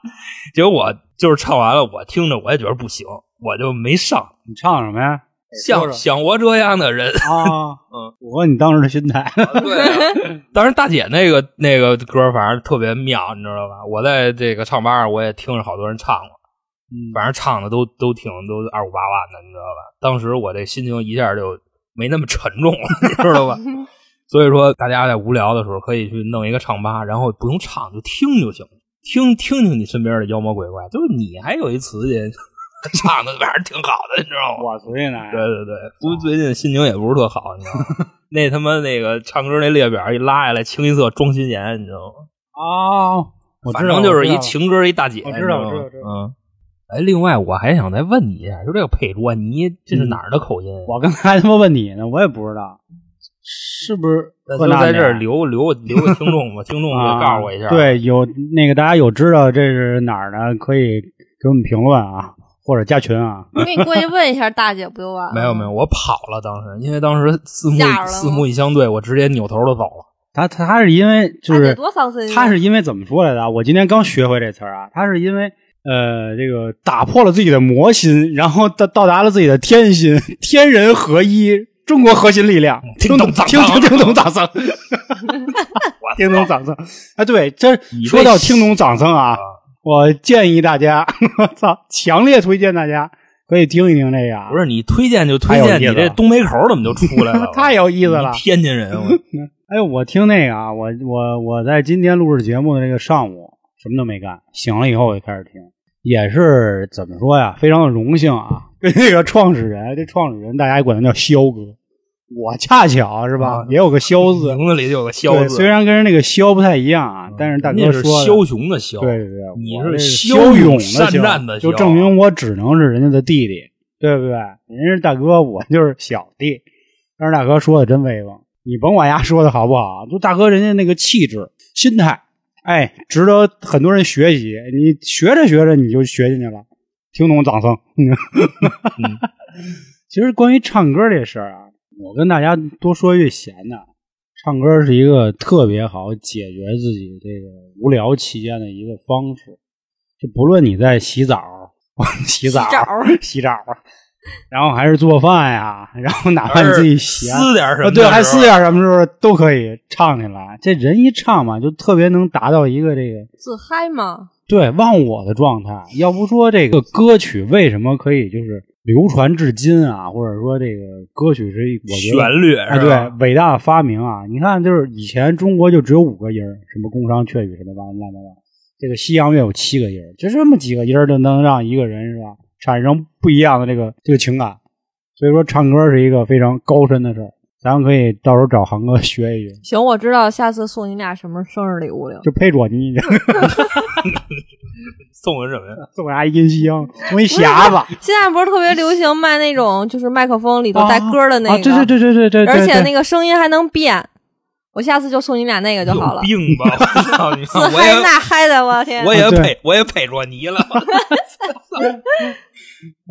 结果我就是唱完了，我听着我也觉得不行，我就没上。
你唱什么呀？
像像我这样的人，
<laughs> 啊，
嗯，
符合你当时的心态，
对、当然大姐那个那个歌反正特别妙，你知道吧？我在这个唱吧上我也听着好多人唱过，
嗯
反正唱的都都挺都二五八万的，你知道吧？当时我这心情一下就没那么沉重了， <laughs> 你知道吧？所以说大家在无聊的时候可以去弄一个唱吧，然后不用唱就听就行，听听听你身边的妖魔鬼怪，就是你还有一词去 <laughs> 唱的，反正挺好的，你知道吗？ <laughs>
我随便来
对对对，不最近心情也不是特好，你知道吗？那他妈那个唱歌那列表一拉下来，清一色装心妍，你知道吗？
哦，我
反
知道，
正就是
我知道
一情歌一大姐，
我知道
你
我知道
吗嗯。哎，另外我还想再问你一下，就这个佩卓，你这是哪儿的口音？啊
我刚才他妈问你呢，我也不知道是不是
那
河
就
南
在
的
这儿留留留给听
<laughs>
众吧，听众就
啊
告诉我一下。，
对，有那个大家有知道这是哪儿的，可以给我们评论啊，或者加群啊。
我给你过去问一下大姐不就完了？
没有没有，，我跑了，当时因为当时四目
吓着了吗
四目一相对，我直接扭头就走了。
他他他是因为就
大姐
是
多伤心啊。
他是因为怎么说来的？我今天刚学会这词儿啊，他是因为呃这个打破了自己的魔心，然后到到达了自己的天心， <laughs> 天人合一。中国核心力量，
听懂掌
听
声啊
听听懂掌声，听懂掌声。啊，对，这
你
说
被
到听懂掌声啊，我建议大家， <laughs> 我操，强烈推荐大家可以听一听这个啊，
不是你推荐就推
太有
荐，
意思
你这
了？
东北口怎么就出来了
<laughs> 太有意思
你
了。
天津人，
<laughs>
我
哎，我听那个啊，我我我在今天录制节目的这个上午什么都没干，醒了以后我就开始听，也是怎么说呀，非常的荣幸啊，跟这个创始人，这创始人大家也管他叫肖哥，我恰巧是吧，
啊
也有个肖字，
名字里就有个肖
对，
字，
虽然跟人那个肖不太一样啊，但是大
人
哥
家是
说的
枭雄的枭，
对对对，
你
我
是
这
骁
骁
勇
勇
善
枭
战的
就
枭
证明我只能是人家的弟弟，对不对？人家是大哥，我就是小弟。但是大哥说的真威风，你甭管丫说的好不好，就大哥人家那个气质、心态，哎，值得很多人学习。你学着学着你就学进去了，听懂掌声。
嗯
其实关于唱歌这事儿啊，我跟大家多说一句闲的，唱歌是一个特别好解决自己这个无聊期间的一个方式。就不论你在洗澡、 <laughs> 洗澡、
洗澡
洗澡然后还是做饭呀，然后哪怕你自己闲，
撕点什
啊
么？
对，还撕
点。
点什么时候都可以唱起来。这人一唱嘛，就特别能达到一个这个
自嗨嘛，
对忘我的状态。要不说这个歌曲为什么可以就是流传至今啊，或者说这个歌曲是一我觉得
旋律
啊，
是吧
对，伟大的发明啊！你看，就是以前中国就只有五个音儿，什么工商榷语什么乱七八糟。这个西洋乐有七个音儿，就这么几个音儿就能让一个人是吧，产生不一样的这个这个情感。所以说，唱歌是一个非常高深的事儿，咱们可以到时候找航哥学一学。
行，我知道，下次送你俩什么生日礼物了。
就配着你， <laughs> 你
送人什么呀？
送啥音箱，送一匣子
现在不是特别流行卖那种，就是麦克风里头带歌的那个，
啊！对对对对对对，对
而且
对
那个声音还能变。我下次就送你俩那个就好了
有，病
<laughs>
吧！我操你！
自
我
嗨
也
那嗨的，我天！
我也
啊对
配我也配着你了。 <laughs>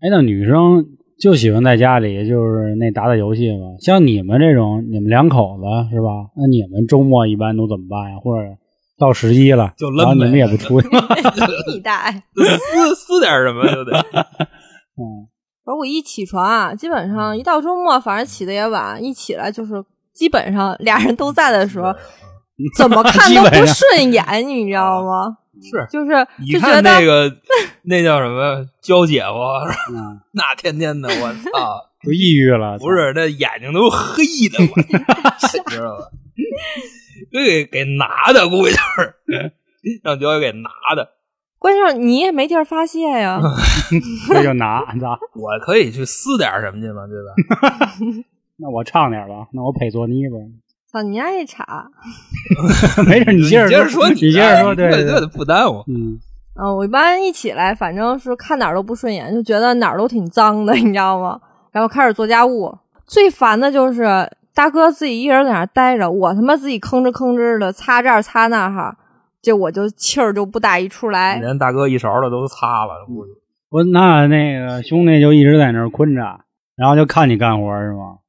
哎，那女生就喜欢在家里就是那打打游戏嘛。像你们这种，你们两口子是吧？那你们周末一般都怎么办呀？或者到十一了，
就
然后
扔
你
呗
们也不出去
<laughs> 你大爷！
撕撕点什么就得。
嗯
不是我一起床啊，基本上
嗯
一到周末，反正起的也晚，一起来就是基本上俩人都在的时候，
<laughs>
怎么看都
基本
不
上
顺眼，你知道吗？
是
就是
啊你
就觉
看
得
那个那叫什么娇姐夫， <laughs>
嗯
那天天的我操，
就抑郁了。
不是那眼睛都黑的，我你知道吧？给给拿的，估计就是让娇姐给拿的。
关键是你也没地儿发泄呀，
嗯
那就拿，操！
我可以去撕点什么去嘛，对吧？
那我唱点吧，那我配佐尼吧。 <laughs>
操你爱查
没事，
你
接着
接着
说，
说，哎
你接着说，对
这
对
这
对，
不耽误。
嗯，
嗯，我一般一起来，反正是看哪儿都不顺眼，就觉得哪儿都挺脏的，你知道吗？然后开始做家务，最烦的就是大哥自己一人在那儿待着，我他妈自己吭哧吭哧的擦这儿擦那儿哈，这我就气儿就不打一处来。
连大哥一勺的都擦了，估计
我那那个兄弟就一直在那儿困着，然后就看你干活是吗？ <laughs>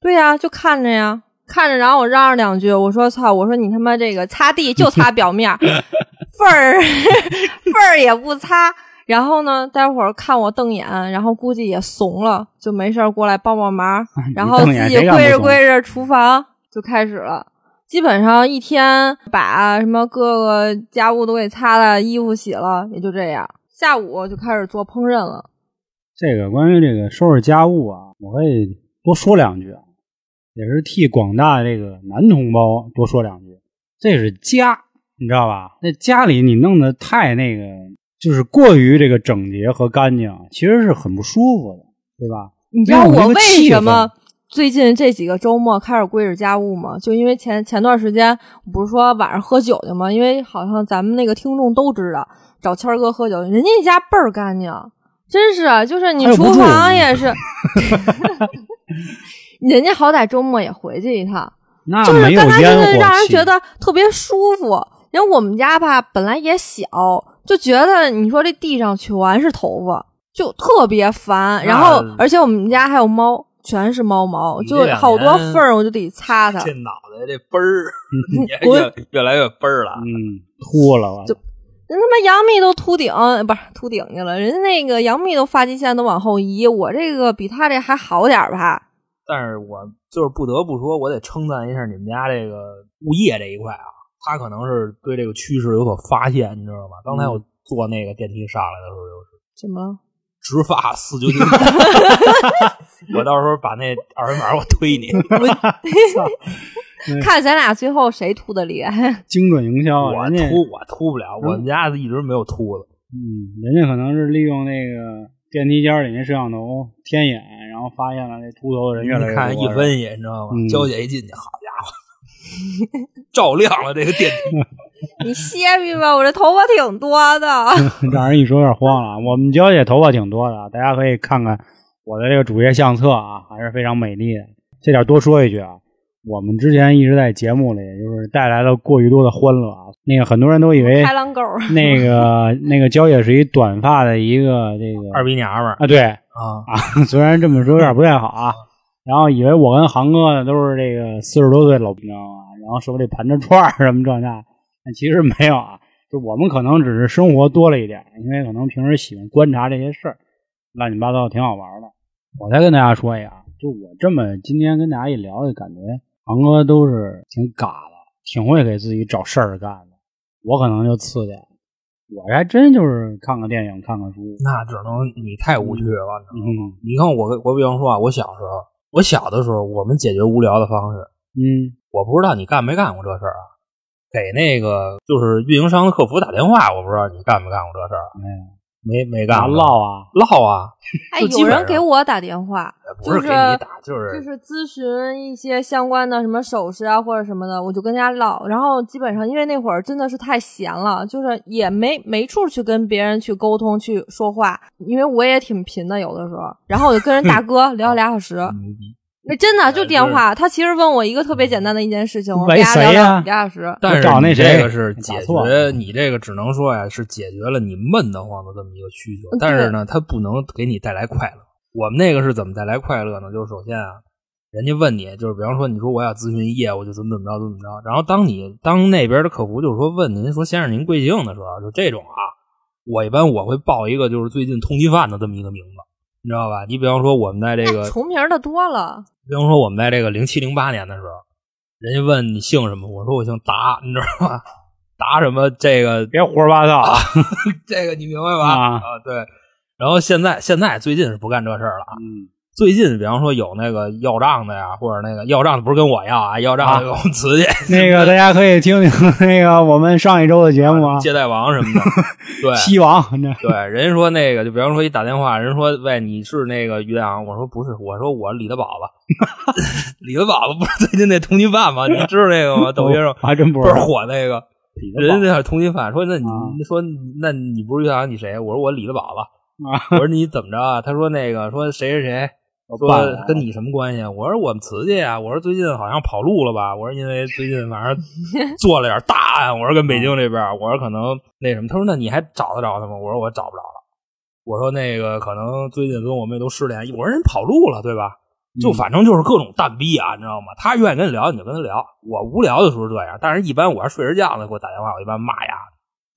对呀、就看着呀，看着，然后我嚷嚷两句，我说操，我说你他妈这个擦地就擦
<laughs>
表面儿，缝儿缝儿也不擦。然后呢，待会儿看我瞪眼，然后估计也怂了，就没事儿过来帮帮忙，然后
瞪
自
眼
己
谁干不
归着
怂
归着厨房就开始了。基本上一天把什么各个家务都给擦了，衣服洗了，也就这样。下午就开始做烹饪了。
这个关于这个收拾家务啊，我可以多说两句啊，也是替广大这个男同胞多说两句。这是家，你知道吧？那家里你弄得太那个，就是过于这个整洁和干净，其实是很不舒服的，对吧？
你知道我为什么最近这几个周末开始归置家务吗？就因为前前段时间我不是说晚上喝酒去吗？因为好像咱们那个听众都知道，找谦儿哥喝酒，人家一家倍儿干净，真是啊就是你
他又不
厨
住
房也
<laughs>
是， <laughs> 人家好歹周末也回去一趟，
那
啊就是
没有
刚才
烟
就
火
是
气，
让人觉得特别舒服。因为我们家吧本来也小，就觉得你说这地上全是头发，就特别烦。然后
那
而且我们家还有猫，全是猫毛，
你
就
这两
好多
年
缝儿，我就得擦擦。
这脑袋这奔
<laughs>
儿也
滚
越越来越奔儿了。
嗯，秃了吧？
就人他妈杨幂都秃顶，呃不是秃顶去了，人家那个杨幂都发际线都往后移，我这个比她这还好点儿吧？
但是我就是不得不说，我得称赞一下你们家这个物业这一块啊，他可能是对这个趋势有所发现，你知道吗？刚才
嗯
我坐那个电梯上来的时候，就是
怎么了？
直发四九九，
<laughs>
我到时候把那二维码我推你，
看咱俩最后谁秃的厉害？
精准营销啊，
我
人家
秃我秃不了，我们家一直没有秃子。
嗯，人家可能是利用那个电梯间里那摄像头天眼，然后发现了那秃头的人越来
你
越
看
多
一分析，你知道吗
嗯？
娇姐一进去，好家伙， <laughs> 照亮了这个电
<laughs>
梯。
<laughs> 你歇逼吧，我这头发挺多的。
<laughs> 让人一说有点慌了啊。我们娇姐头发挺多的啊，大家可以看看我的这个主页相册啊，还是非常美丽的。这点多说一句啊，我们之前一直在节目里，就是带来了过于多的欢乐啊。那个很多人都以为
<laughs> 开朗狗儿，
那个那个娇姐是一短发的一个这个
二逼娘们儿
啊，对，
啊，
<laughs> 虽然这么说有点不太好啊。然后以为我跟航哥呢都是这个四十多岁老兵，你知道吗？然后手里盘着串儿什么这那，但其实没有啊，就我们可能只是生活多了一点，因为可能平时喜欢观察这些事儿，乱七八糟挺好玩的。我再跟大家说一下啊，就我这么今天跟大家一聊，就感觉航哥都是挺嘎的，挺会给自己找事儿干的。我可能就次点，我还真就是看看电影，看看书，
那只能你太无趣了。你知道吗
嗯
你看我，我比方说啊，我小时候，我小的时候，我们解决无聊的方式，
嗯
我不知道你干没干过这事儿啊。给那个就是运营商的客服打电话，我不知道你干没干过这事儿啊，
没有
没没
打
干过
唠啊。
唠啊，
哎，
就基
有
本
人
上
给我打电话，
不是给你打，就
就是是咨询一些相关的什么首饰啊或者什么的，我就跟人家唠。然后基本上因为那会儿真的是太闲了，就是也没没处去跟别人去沟通去说话，因为我也挺贫的有的时候。然后我就跟人
<laughs>
大哥聊俩小时，
你你
那真的就
哎
电
嗯就是
话。他其实问我一个特别简单的一件事情，我
喂
跟人家聊
谁呀
俩俩小
<laughs>
时。
但是
找那
你
谁
这个是
打
解
错
决你这个只能说呀，是解决了你闷得慌的这么一个需求
嗯，
但
对
是呢，它不能给你带来快乐。我们那个是怎么带来快乐呢？就是首先啊，人家问你，就是比方说你说我要咨询业务，就怎么怎么着怎么着，然后当你当那边的客服就是说问您说先生您贵姓的时候，就这种啊，我一般我会报一个就是最近通缉犯的这么一个名字，你知道吧？你比方说我们在这
那
个
重名儿的多了，
比方说我们在这个零七零八年的时候，人家问你姓什么，我说我姓达，你知道吗？ <laughs> 达什么？这个
别胡说八道啊！
<laughs> 这个你明白吧？
啊
对。然后现在现在最近是不干这事儿了啊。
嗯，
最近比方说有那个要账的呀，或者那个要账的不是跟我要啊，要账的跟我们 <laughs> 辞去、
那个大家可以听听 <laughs> 那个我们上一周的节目啊，
接待王什么 <laughs> 的。对
西王，那
对，人家说那个，就比方说一打电话，人家说喂你是那个于大阳，我说不是，我说我是李德宝吧， <laughs> 李德宝吧不是最近那通缉犯吗？你知道那个 <laughs> 吗？抖音上
我还真不
倍
知
儿
道。
火那个。
比得
人
棒
家是通缉犯，说那你、
啊
你说那你不是岳阳你谁？我说我李德宝吧。
啊
我说你怎么着啊？他说那个说谁谁谁，
办了
说
啊
跟你什么关系啊？我说我们瓷器啊。我说最近好像跑路了吧？我说因为最近反
<laughs>
正做了点大案。我说跟北
啊
京这边儿，我说可能那什么。他说那你还找得着他吗？我说我找不着了。我说那个可能最近跟我妹都失联，我说人跑路了对吧？就
嗯
反正就是各种蛋逼啊，你知道吗？他愿意跟你聊，你就跟他聊。我无聊的时候这样，但是一般我要睡着觉了，给我打电话，我一般骂呀，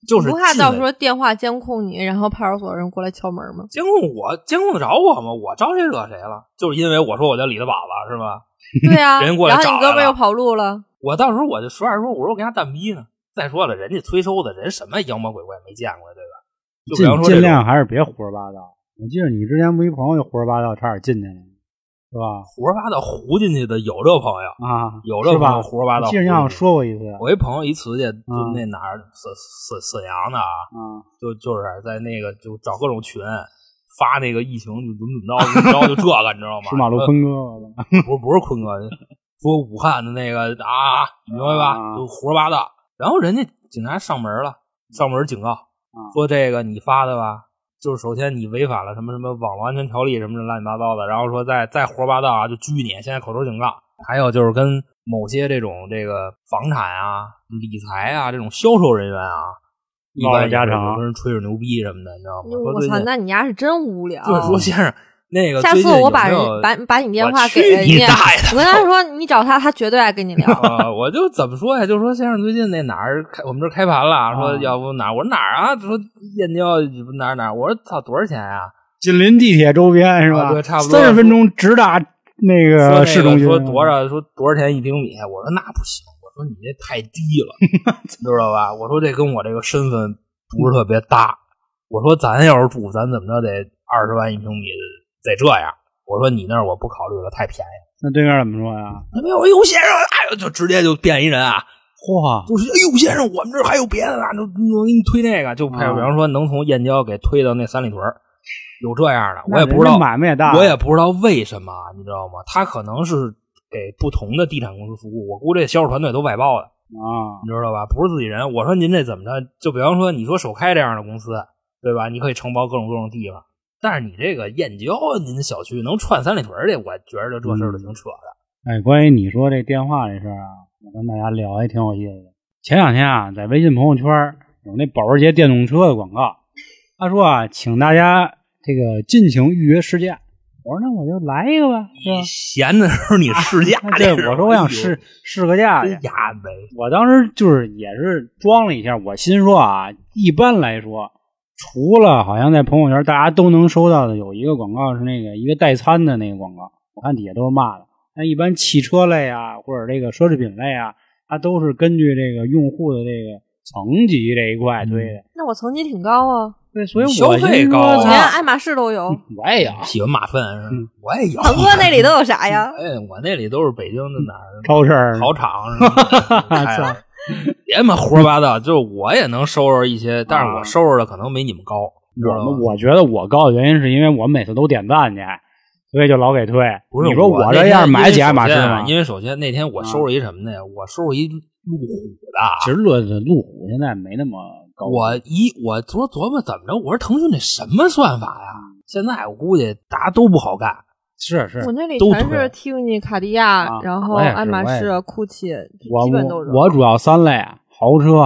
就是
不怕
气
到
氛
时候电话监控你，然后派出所人过来敲门
<laughs>
吗？
监控我监控得着我吗？我招谁惹谁了？就是因为我说我叫李德宝了，是吧？
对呀、
人过来
然后
找
你哥
来
们儿
了
又跑路了。
我到时候我就实话实说，我说我跟他蛋逼呢。再说了，人家催收的人什么妖魔鬼怪没见过呀，对吧？就比方
嗯尽
说这种
尽量还是别胡说八道。我记得你之前不一朋友就胡说八道，差点进去了。是吧？
胡说八道胡进去的有这朋友，
啊，
有这
是
朋友
吧？
胡说八道胡
我
进
记得
去。
你好像说过一次
我一朋友一瓷去，就
嗯
那哪儿沈沈沈阳的啊，
啊，
就就是在那个就找各种群发那个疫情就怎么怎么着怎么着，就这个你知道吗？
是马路
呃
坤哥我操
不是不是坤哥，说武汉的那个啊，你明白吧？
啊
就胡说八道。然后人家警察上门了，上门警告
啊
说这个你发的吧，就是首先你违反了什么什么网络安全条例什么的乱七八糟的，然后说再再胡说八道啊就拘你，现在口头警告。还有就是跟某些这种这个房产啊、理财啊这种销售人员啊，一
唠唠
般
家
也是
常
有跟人吹吹牛逼什么的，你知道吗？说
哎我
最
操，
近
那你丫是真无聊。
就是说先生，那个
下
最
次
近有
我把
没
人
有
把把你电
我
话
去
给人
你
家，
大爷的
我跟他说你找他，他绝对爱跟
<laughs>
你聊。
啊，我就怎么说呀？就说先生最近那哪儿开，我们这儿开盘了，说
啊
要不哪儿？我说哪儿啊？他说燕郊哪儿哪儿？我说操，多少钱呀、
紧邻地铁周边是
啊
吧？
对差不多
三十分钟直达
说
那
那
个
个
啊市中心，
说多？少？说多少钱一平米？我说那不行，我说你这太低
<laughs>
了，知道吧？我说这跟我这个身份不是特别搭。我说咱要是住，咱怎么着得二十万一平米，得这样。我说你那儿我不考虑了，太便宜
那对面怎么说呀？
了。没有，哎呦先生，哎呦，就直接就变一人啊。
嚯，
就是哎呦，先生，我们这儿还有别的呢，就我给你推那个，就派，
啊
比方说能从燕郊给推到那三里屯儿，有这样的，我也
那人
不知
家
道，
买卖也大，
我也不知道为什么，你知道吗？他可能是给不同的地产公司服务，我估计这销售团队都外包的，
啊
你知道吧？不是自己人。我说您这怎么着？就比方说，你说首开这样的公司，对吧？你可以承包各种各种地方，但是你这个燕郊您的小区能串三里屯儿去，我觉着这事儿就挺扯的。
哎，关于你说这电话这事儿啊，我跟大家聊还挺有意思的。前两天啊，在微信朋友圈儿有那保时捷电动车的广告，他说啊，请大家这个尽情预约试驾。我说那我就来一个吧，是吧
你？闲的时候你试 <laughs> 驾
那
这
<laughs> 对，
事儿，
我说我想试试个驾
哎
去
呦，。呀没。
我当时就是也是装了一下，我心说啊，一般来说，除了好像在朋友圈大家都能收到的有一个广告是那个一个代餐的那个广告，我看底下都是骂的。那一般汽车类啊，或者这个奢侈品类啊，它都是根据这个用户的这个层级这一块推的。
那我层级挺高啊，
对，所以我
嗯消费
心说
高啊
操
连爱马仕都有，
我也有
喜欢马粪，
啊嗯
我也有。
腾哥那里都有啥
<laughs>
呀？
<laughs> 哎，我那里都是北京的哪儿
超市儿
考场什
<laughs>
么的开的。哎 <laughs> 别他妈胡说八道，就是我也能收拾一些，但是我收拾的可能没你们高。知
啊我
道
们
吗
我觉得我高的原因是因为我每次都点赞去，所以就老给推。
不是
你说
我
这
那
要
天
是买几爱马仕
因为首先啊？因为首先
吗啊
那天我收拾一什么呢？我收拾一路虎
其
的。
实路路虎现在没那么高，
我一我昨琢磨怎么着，我说腾讯这什么算法呀？
嗯
现在我估计大家都不好干。
是是
我那里
都
全
推
是 Tiffany、卡地亚
啊，
然后
我也是
爱马
我也
仕
是、
GUCCI，
我
基本都是。
我主要三类啊，豪车、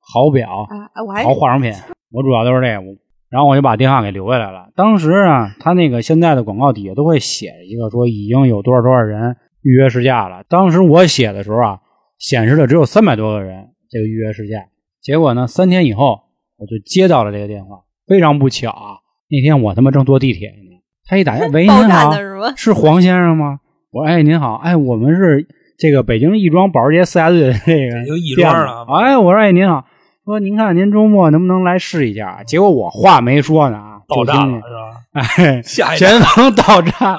好表、
哎，哎我还
豪化妆品，我主要都是这个。我然后我就把电话给留下来了。当时啊，他那个现在的广告底下都会写一个说已经有多少多少人预约试驾了。当时我写的时候啊，显示的只有三百多个人这个预约试驾。结果呢，三天以后我就接到了这个电话，非常不巧啊，那天我他妈正坐地铁呢，他一打
<laughs>
电话，喂，您
爆炸
好
的，是 <laughs> 吗？
是黄先生吗？我说哎，您好，哎，我们是这个北京亦庄保时捷四 S 队的这个
北京亦庄啊
店的哎，我说哎，您好，说您看您周末能不能来试一下？结果我话没说呢啊，
爆炸了
就听
是吧？
见
下
哎，
一站
前方到站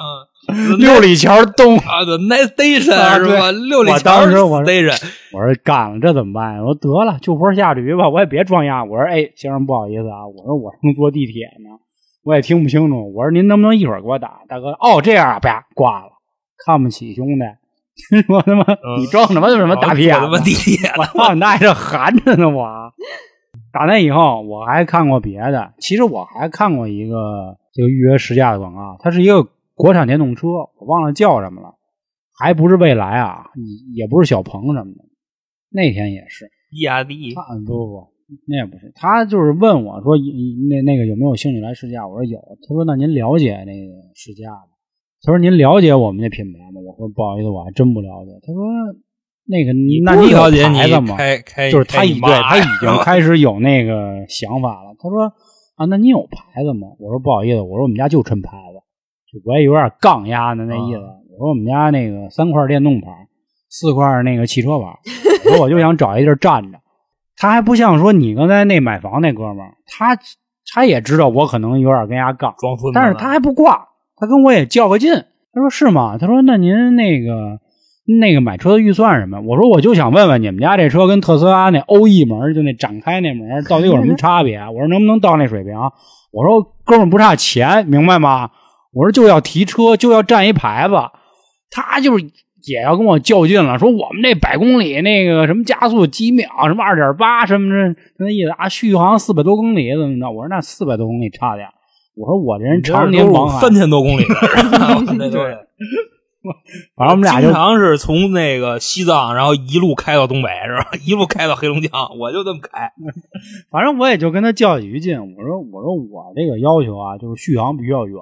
嗯，
六里桥东，
啊对，Nice
啊
Station 是吧？
对
六里
我
桥
当时我
Station，
我说干了，这怎么办呀？我说得了，就坡下驴吧，我也别装样。我说哎，先生不好意思啊，我说我正坐地铁呢，我也听不清楚。我说您能不能一会儿给我打？大哥，哦这样啊，啪挂了，看不起兄弟。 <laughs> 听说他妈你装什么什么大屁眼
啊我他妈
子？
地铁
<laughs> 我操，那还这含着呢我。打那以后，我还看过别的。其实我还看过一个这个预约试驾的广告，它是一个国产电动车，我忘了叫什么了，还不是蔚来啊，也也不是小鹏什么的。那天也是，
意大利
他嗯不不不，那也不是，他就是问我说一那那个有没有兴趣来试驾？我说有。他说那您了解那个试驾吗？他说您了解我们这品牌吗？我说不好意思，我还真不了解。他说那个那
不
你有
了解
牌
你
子吗？
开开
就是他已
已
对他已经开始有那个想法了。他说啊，那你有牌子吗？我说不好意思，我说我们家就抻牌子，就我也有点杠压的那意思。我说我们家那个三块电动牌，四块那个汽车牌，我说我就想找一地儿站着。他还不像说你刚才那买房那哥们儿，他他也知道我可能有点跟人家杠，
装孙子呢，
但是他还不挂，他跟我也较个劲。他说是吗？他说那您那个那个买车的预算是什么？我说我就想问问你们家这车跟特斯拉那欧翼门就那展开那门到底有什么差别？啊我说能不能到那水平？啊我说哥们儿不差钱，明白吗？我说就要提车，就要占一牌子。他就是也要跟我较劲了，说我们这百公里那个什么加速几秒，什么二点八，什么这那意思啊，续航四百多公里怎么着？我说那四百多公里差点儿。我说我这人常年啊往返，
三千多公里的，
<laughs>
这都是
反正我们俩就
经常是从那个西藏，然后一路开到东北，是吧？一路开到黑龙江，我就这么开。
反正我也就跟他较几句劲，我说我说我这个要求啊，就是续航必须要远。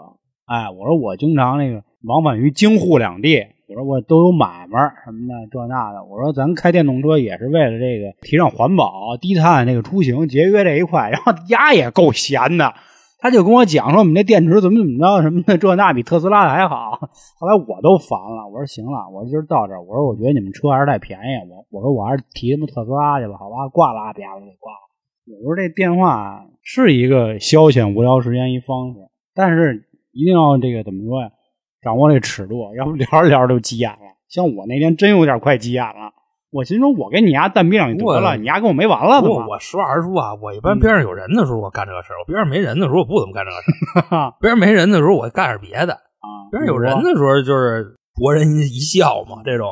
哎，我说我经常那个往返于京沪两地，我说我都有买卖儿什么的这那的，我说咱开电动车也是为了这个提倡环保、低碳这个出行节约这一块。然后丫也够闲的，他就跟我讲说我们这电池怎么怎么着什么的这那比特斯拉的还好。后来我都烦了，我说行了，我说今儿到这儿，我说我觉得你们车还是太便宜，我我说我还是提他妈特斯拉去吧，好吧，挂了啊，啪，我就挂了。我说这电话是一个消遣无聊时间一方式，但是一定要这个怎么说呀？掌握这尺度，要不聊着聊着就急眼了。像我那天真有点快急眼了，我心说我跟你丫蛋逼上你得
我
了，你丫跟我没完了嗯
不
怎
过
么？
我实话实说啊，我一般边上有人的时候我干这个事儿，我边上没人的时候我不怎么干这个事
<laughs>
儿。边上没人的时候我干点别的，
啊
边上有人的时候就是博人一笑嘛，这种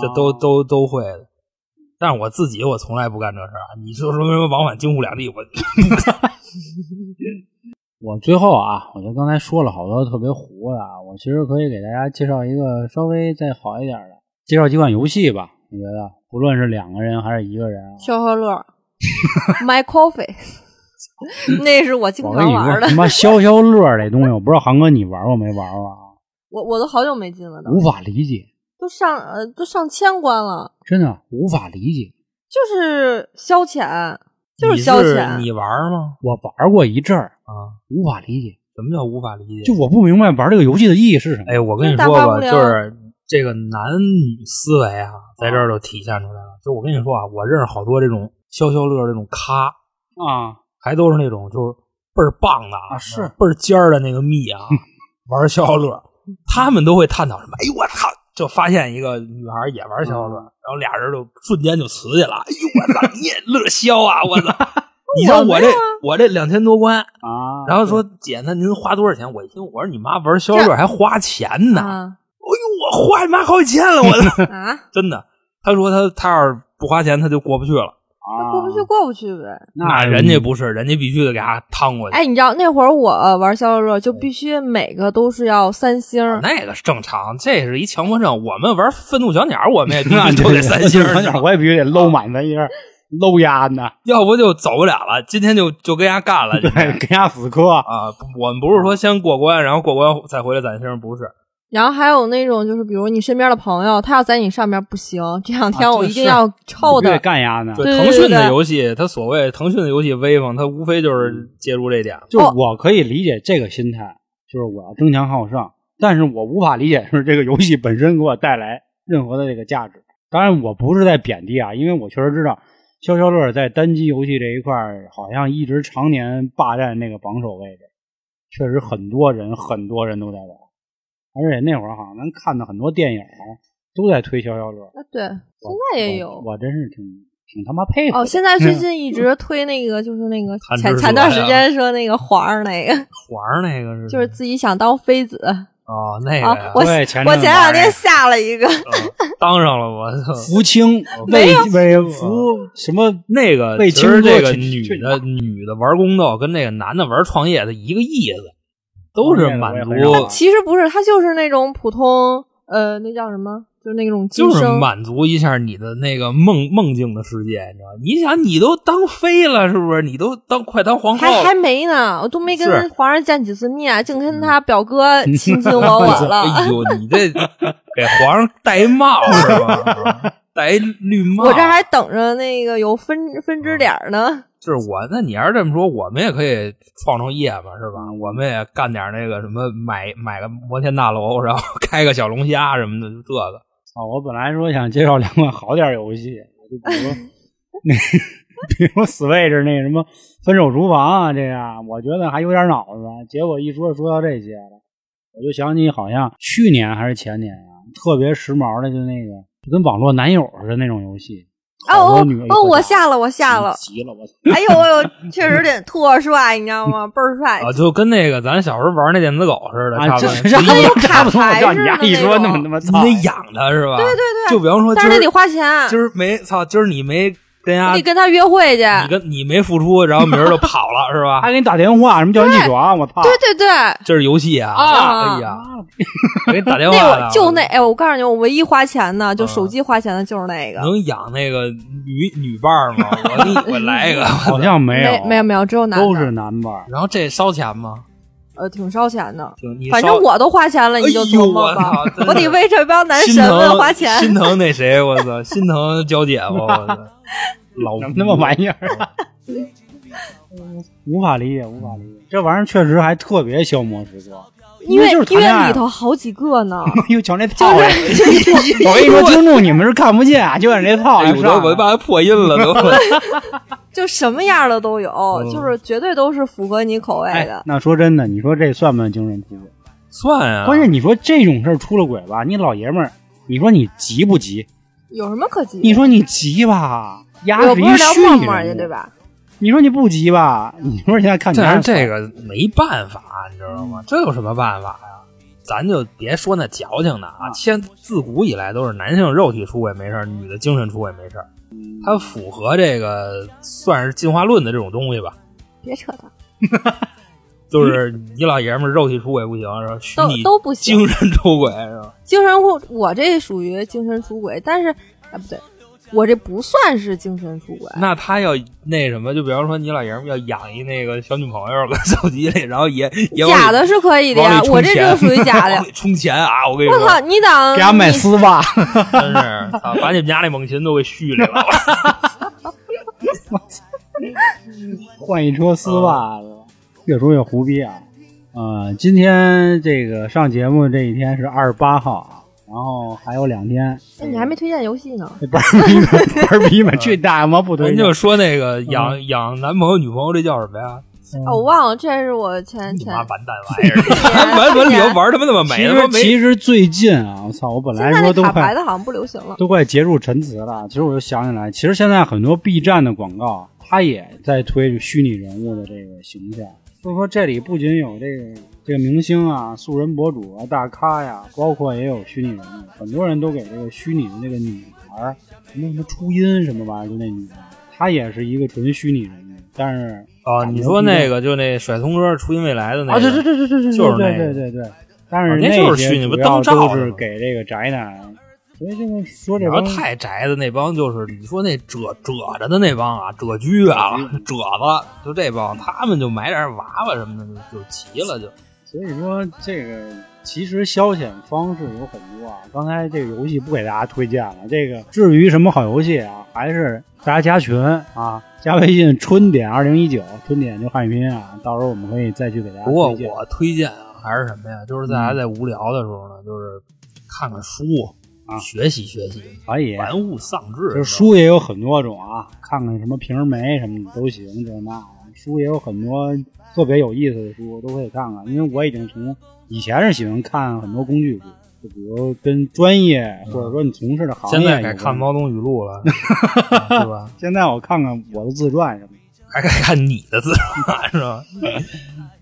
这都
啊
都都会的。但是我自己我从来不干这事儿啊，你就说什么往返京沪两地，我
我最后啊，我就刚才说了好多特别糊的，啊，我其实可以给大家介绍一个稍微再好一点的，介绍几款游戏吧。你觉得，不论是两个人还是一个人啊，
消消乐，My Coffee，那是我经
我
常
跟你说
玩的
他。妈消消乐这东西，我不知道航哥你玩过没玩过啊？
我我都好久没进了都，
无法理解，
都上呃都上千关了，
真的无法理解。
就是消遣， <laughs> 就
你
消遣。啊
你玩儿吗？
我玩过一阵儿，
啊，
无法理解，
什么叫无法理解？
就我不明白玩这个游戏的意义是什么。
哎，我跟你
就是大
说
花
吧，
无聊
就是这个男女思维啊，在这儿就体现出来了。就我跟你说啊，我认识好多这种消消乐这种咖，
啊，
还都是那种就是倍儿棒的
啊是
倍儿尖儿的那个蜜
<laughs>
啊，玩消消乐，他们都会探讨什么？哎呦我操！就发现一个女孩也玩消消乐，然后俩人就瞬间就瓷去了。哎呦我操，你也乐消啊！我操！你像我这我这两千多关，
啊，
然后说姐，那您花多少钱？我一听，我说你妈玩消消乐还花钱呢！
啊
哎呦，我花你妈好几千了！我操， <laughs>
啊，
真的。他说他他要是不花钱，他就过不去了。
啊，
过不去过不去呗。
那
人家不是，人家必须得给他趟过去。
哎，你知道那会儿我呃玩消消乐就必须每个都是要三星儿，
那个是正常，这是一强迫症。我们玩愤怒小鸟，我们也必
<laughs> 那
须
就
都得三星儿，
三我也必须得搂满三
<laughs>
星儿，搂丫呢，
要不就走不了了。今天就就跟人家干了。今
对，
<laughs>
天
跟丫死磕。
啊，不我们不是说先过关，然后过关再回来攒星，不是？
然后还有那种就是比如你身边的朋友，他要在你上面不行，这两天
啊
我
对
一定
是
要抽
你必须
的
得。干丫呢，
对对
腾讯的
对
游戏，它所谓腾讯的游戏威风，它无非就是借助这点。
哦
就我可以理解这个心态，就是我要争强好胜，但是我无法理解是这个游戏本身给我带来任何的这个价值。当然，我不是在贬低啊，因为我确实知道消消乐在单机游戏这一块儿好像一直常年霸占那个榜首位置，确实很多人很多人都在玩，而且那会儿好像咱看的很多电影儿都在推消消乐，
啊对，
我
现在也有
我我真是挺挺他妈佩服
哦，
的。<laughs>
现在最近一直推那个，就是那个
贪吃
前
蛇
前段
呀
时间说那个皇上那个，
环儿那个是
就是自己想当妃子啊！
哦，那个呀
我
对前
我
阵
前
子玩
两
那
天下了一个，
嗯当上了我。
福清
没
魏
有
魏福什么
那个
被
其
青
实
哥
这个
去去
女的女的玩宫斗跟那个男的玩创业的一个意思，都
哦
是
那个我
满
也很少
足
玩，
其实不是，他就是那种普通呃，那叫什么？就是那种
就
今
是
生。
满足一下你的那个梦梦境的世界，你知道吗？你想，你都当妃了，是不是？你都当快当皇后
还
了
还，没呢，我都没
是嗯
跟皇上见几次面，净跟他表哥亲亲我
<laughs>
我
哎
了。
呦，你
<laughs>
这给皇上戴一帽是
<laughs>
吧？戴一绿帽，
我这还等着那个有分分支点儿呢。
就是我。那你要是这么说，我们也可以创创业嘛，是吧？我们也干点那个什么，买买个摩天大楼，然后 <laughs> 开个小龙虾什么的，就这个。
啊，我本来说想介绍两款好点儿游戏，就比
<laughs>
如那，比如 Switch 那什么《分手厨房》啊，这样我觉得还有点脑子，结果一说说到这些了，我就想起好像去年还是前年啊，特别时髦的，就那个就跟网络男友似的那种游戏。好
哦
多
哦
女的
哦，
一块
我
打
下了，我
<laughs>
下了。
急了我操！
哎呦哎呦，确实有点特帅，你知道
<laughs>
吗？倍儿帅。
啊，就跟那个咱小时候玩那电子狗似的，
啊，
差不多。
这然后
还有
差不多，我
卡牌
叫
似
你
的
丫
那
一说那
种
么他妈
你
操，
得养它是吧？对对
对
就比方说
但
今
是
儿
得花钱，啊
今儿没操，今儿你没跟
你
家
得跟他约会去。
啊你跟你没付出，然后明儿就跑了是
<laughs> 哎
吧？
还给你打电话，什么叫你起床？我操！
对对对，
这是游戏啊！
啊
哎呀，我给你打电话
那
了，
我就那哎，我告诉你，我唯一花钱的，就
嗯
手机花钱的就是那个。
能养那个女女伴儿
<laughs>
吗？我给你我来一个，
好像没
没
有
没有没有，只有男
都是
的，
男
<laughs>
伴儿。
然后这烧钱吗？
呃，挺烧钱的。
就你
反
烧
正我都花钱了，你就
哎呦
琢磨吧。
我操真
我得为这帮男
心
神们
疼
花钱。
心疼那谁，我
<laughs>
操，心疼娇姐夫，我操
<laughs>
老
什么他妈玩意儿啊！无法理解，无法理解，这玩意儿确实还特别消磨时光，
因为
因为就是谈
因
恋
为
爱
里头好几个
<laughs>
呢。
又瞧那套
<laughs>
呀！我跟你说，听众你们是看不见啊，就按这套
哎
来
呦，我
上
我
啊。
把他破音了
<laughs>
都。
就什么样的都有，就是绝对都是符合你口味
嗯哎
的，。
那说真的，你说这算不算精神出轨？
算啊，
关键你说这种事儿出了轨吧，你老爷们儿，你说你急不急？
有什么可急？
你说你急吧，压
我
是
不
一
是聊
虚
陌
拟
陌去
人物
对？吧？
你说你不急吧？你说现在看你
但
还
是这
个
个没办法，啊你知道吗？这有什么办法呀？咱就别说那矫情的啊，现自古以来都是男性肉体出轨没事儿，女的精神出轨没事儿，它符合这个算是进化论的这种东西吧。
别扯淡，
就是你老爷们儿肉体出轨不行，然后虚
都
拟
都不行。
精神出轨是吧？
精神出，我这属于精神出轨，但是啊不对，我这不算是精神出轨。
那他要那什么，就比方说你老爷们儿要养一那个小女朋友搁 <laughs> 手机里，然后也也往里
假的是可以的
往
呀
里，充
我这
钱
就属于假的
<laughs>
<laughs>
往。里充钱啊！我跟你
我
说，
靠，你等
给俺买
你
丝袜，
真是操把你们家那猛禽都给续里
<laughs>
了。
换一车丝袜子，越说越胡逼啊！呃，今天这个上节目这一天是二十八号啊，然后还有两天。
哎你还没哦推荐游戏呢，
这班儿逼们，班儿
<laughs>
逼们，去大妈不推
咱
荐
就说那个
嗯
养、养男朋友女朋友这叫什么呀？
哦，我忘了，这是我前
你
前
妈完蛋哎玩意儿！
去
<laughs>
年
玩文
去
流
年
玩他妈那么
其
美，他妈
实
没
其实最近啊，我操！我本来
现在
说都
那卡牌
快
的好像不流行了。
都快结束陈词了，其实我就想起来，其实现在很多 B 站的广告，它也在推虚拟人物的这个形象。所以说这里不仅有这个这个明星啊、素人博主啊、大咖呀，包括也有虚拟人物，很多人都给这个虚拟的那个女孩儿什么什么初音什么玩意儿，就那女孩儿，她也是一个纯虚拟人物，但是
啊！你说那个就那甩葱歌初音未来的那
啊，
个，
对对对对对对，
就是那
对
个
对对对对。但是
啊那就是
些
虚拟不
主要
灯罩
都
是
是
吗
给这个宅男，所以就是说这
然后
帮
太宅的那帮就是你说那褶褶着的那帮啊，褶居啊，
嗯
褶子，就这帮，他们就买点娃娃什么的就就齐了，就
所以说，这个其实消遣方式有很多啊。刚才这个游戏不给大家推荐了，这个至于什么好游戏啊，还是大家加群啊，加微信“春点二零一九”，春点就汉语拼音啊。到时候我们可以再去给大家
不过
推荐。
我推荐啊，还是什么呀？就是
嗯
大家在无聊的时候呢，就是看看书
啊
学习学习，
可以，
玩物丧志。
哎就是
是吧，
书也有很多种啊，看看什么平儿梅什么的都行，这那的。书也有很多特别有意思的书，都可以看看。因为我已经从以前是喜欢看很多工具书，就比如跟专业或者说你从事的行
嗯现
业
在
有
改看
关
《
的
猫冬语录》
<laughs>
了，啊是吧？
现在我看看我的自传什么的，
还该看你的自
<laughs>
传是吧？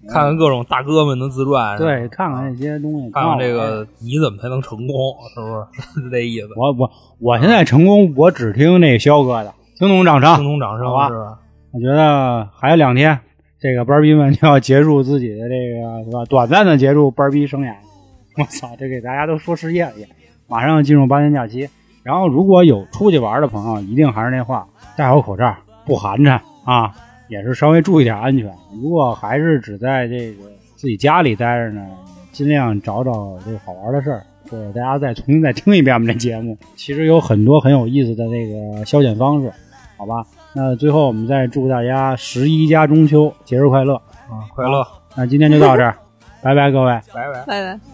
看看各种大哥们的自传，是吧
对，看看这些东西，
哎看看这
挺好玩的。
个你怎么才能成功，是不是？ <laughs> 是这意思。
我我我现在成功，我只听那个肖哥的，听懂掌
听
声。
懂掌声
啊好吧
是吧？
我觉得还有两天，这个班儿逼们就要结束自己的这个是吧？短暂的结束班儿逼生涯。 <laughs> 我操，这给大家都说失业了也，马上进入八天假期。然后如果有出去玩的朋友，一定还是那话，戴好口罩，不寒碜啊，也是稍微注意点安全。如果还是只在这个自己家里待着呢，尽量找找这个好玩的事儿。对，大家再重新再听一遍我们这节目，其实有很多很有意思的这个消遣方式，好吧？那最后我们再祝大家十一家中秋节日快乐。
啊，快乐，
那今天就到这儿，拜拜各位。
拜拜。
拜拜。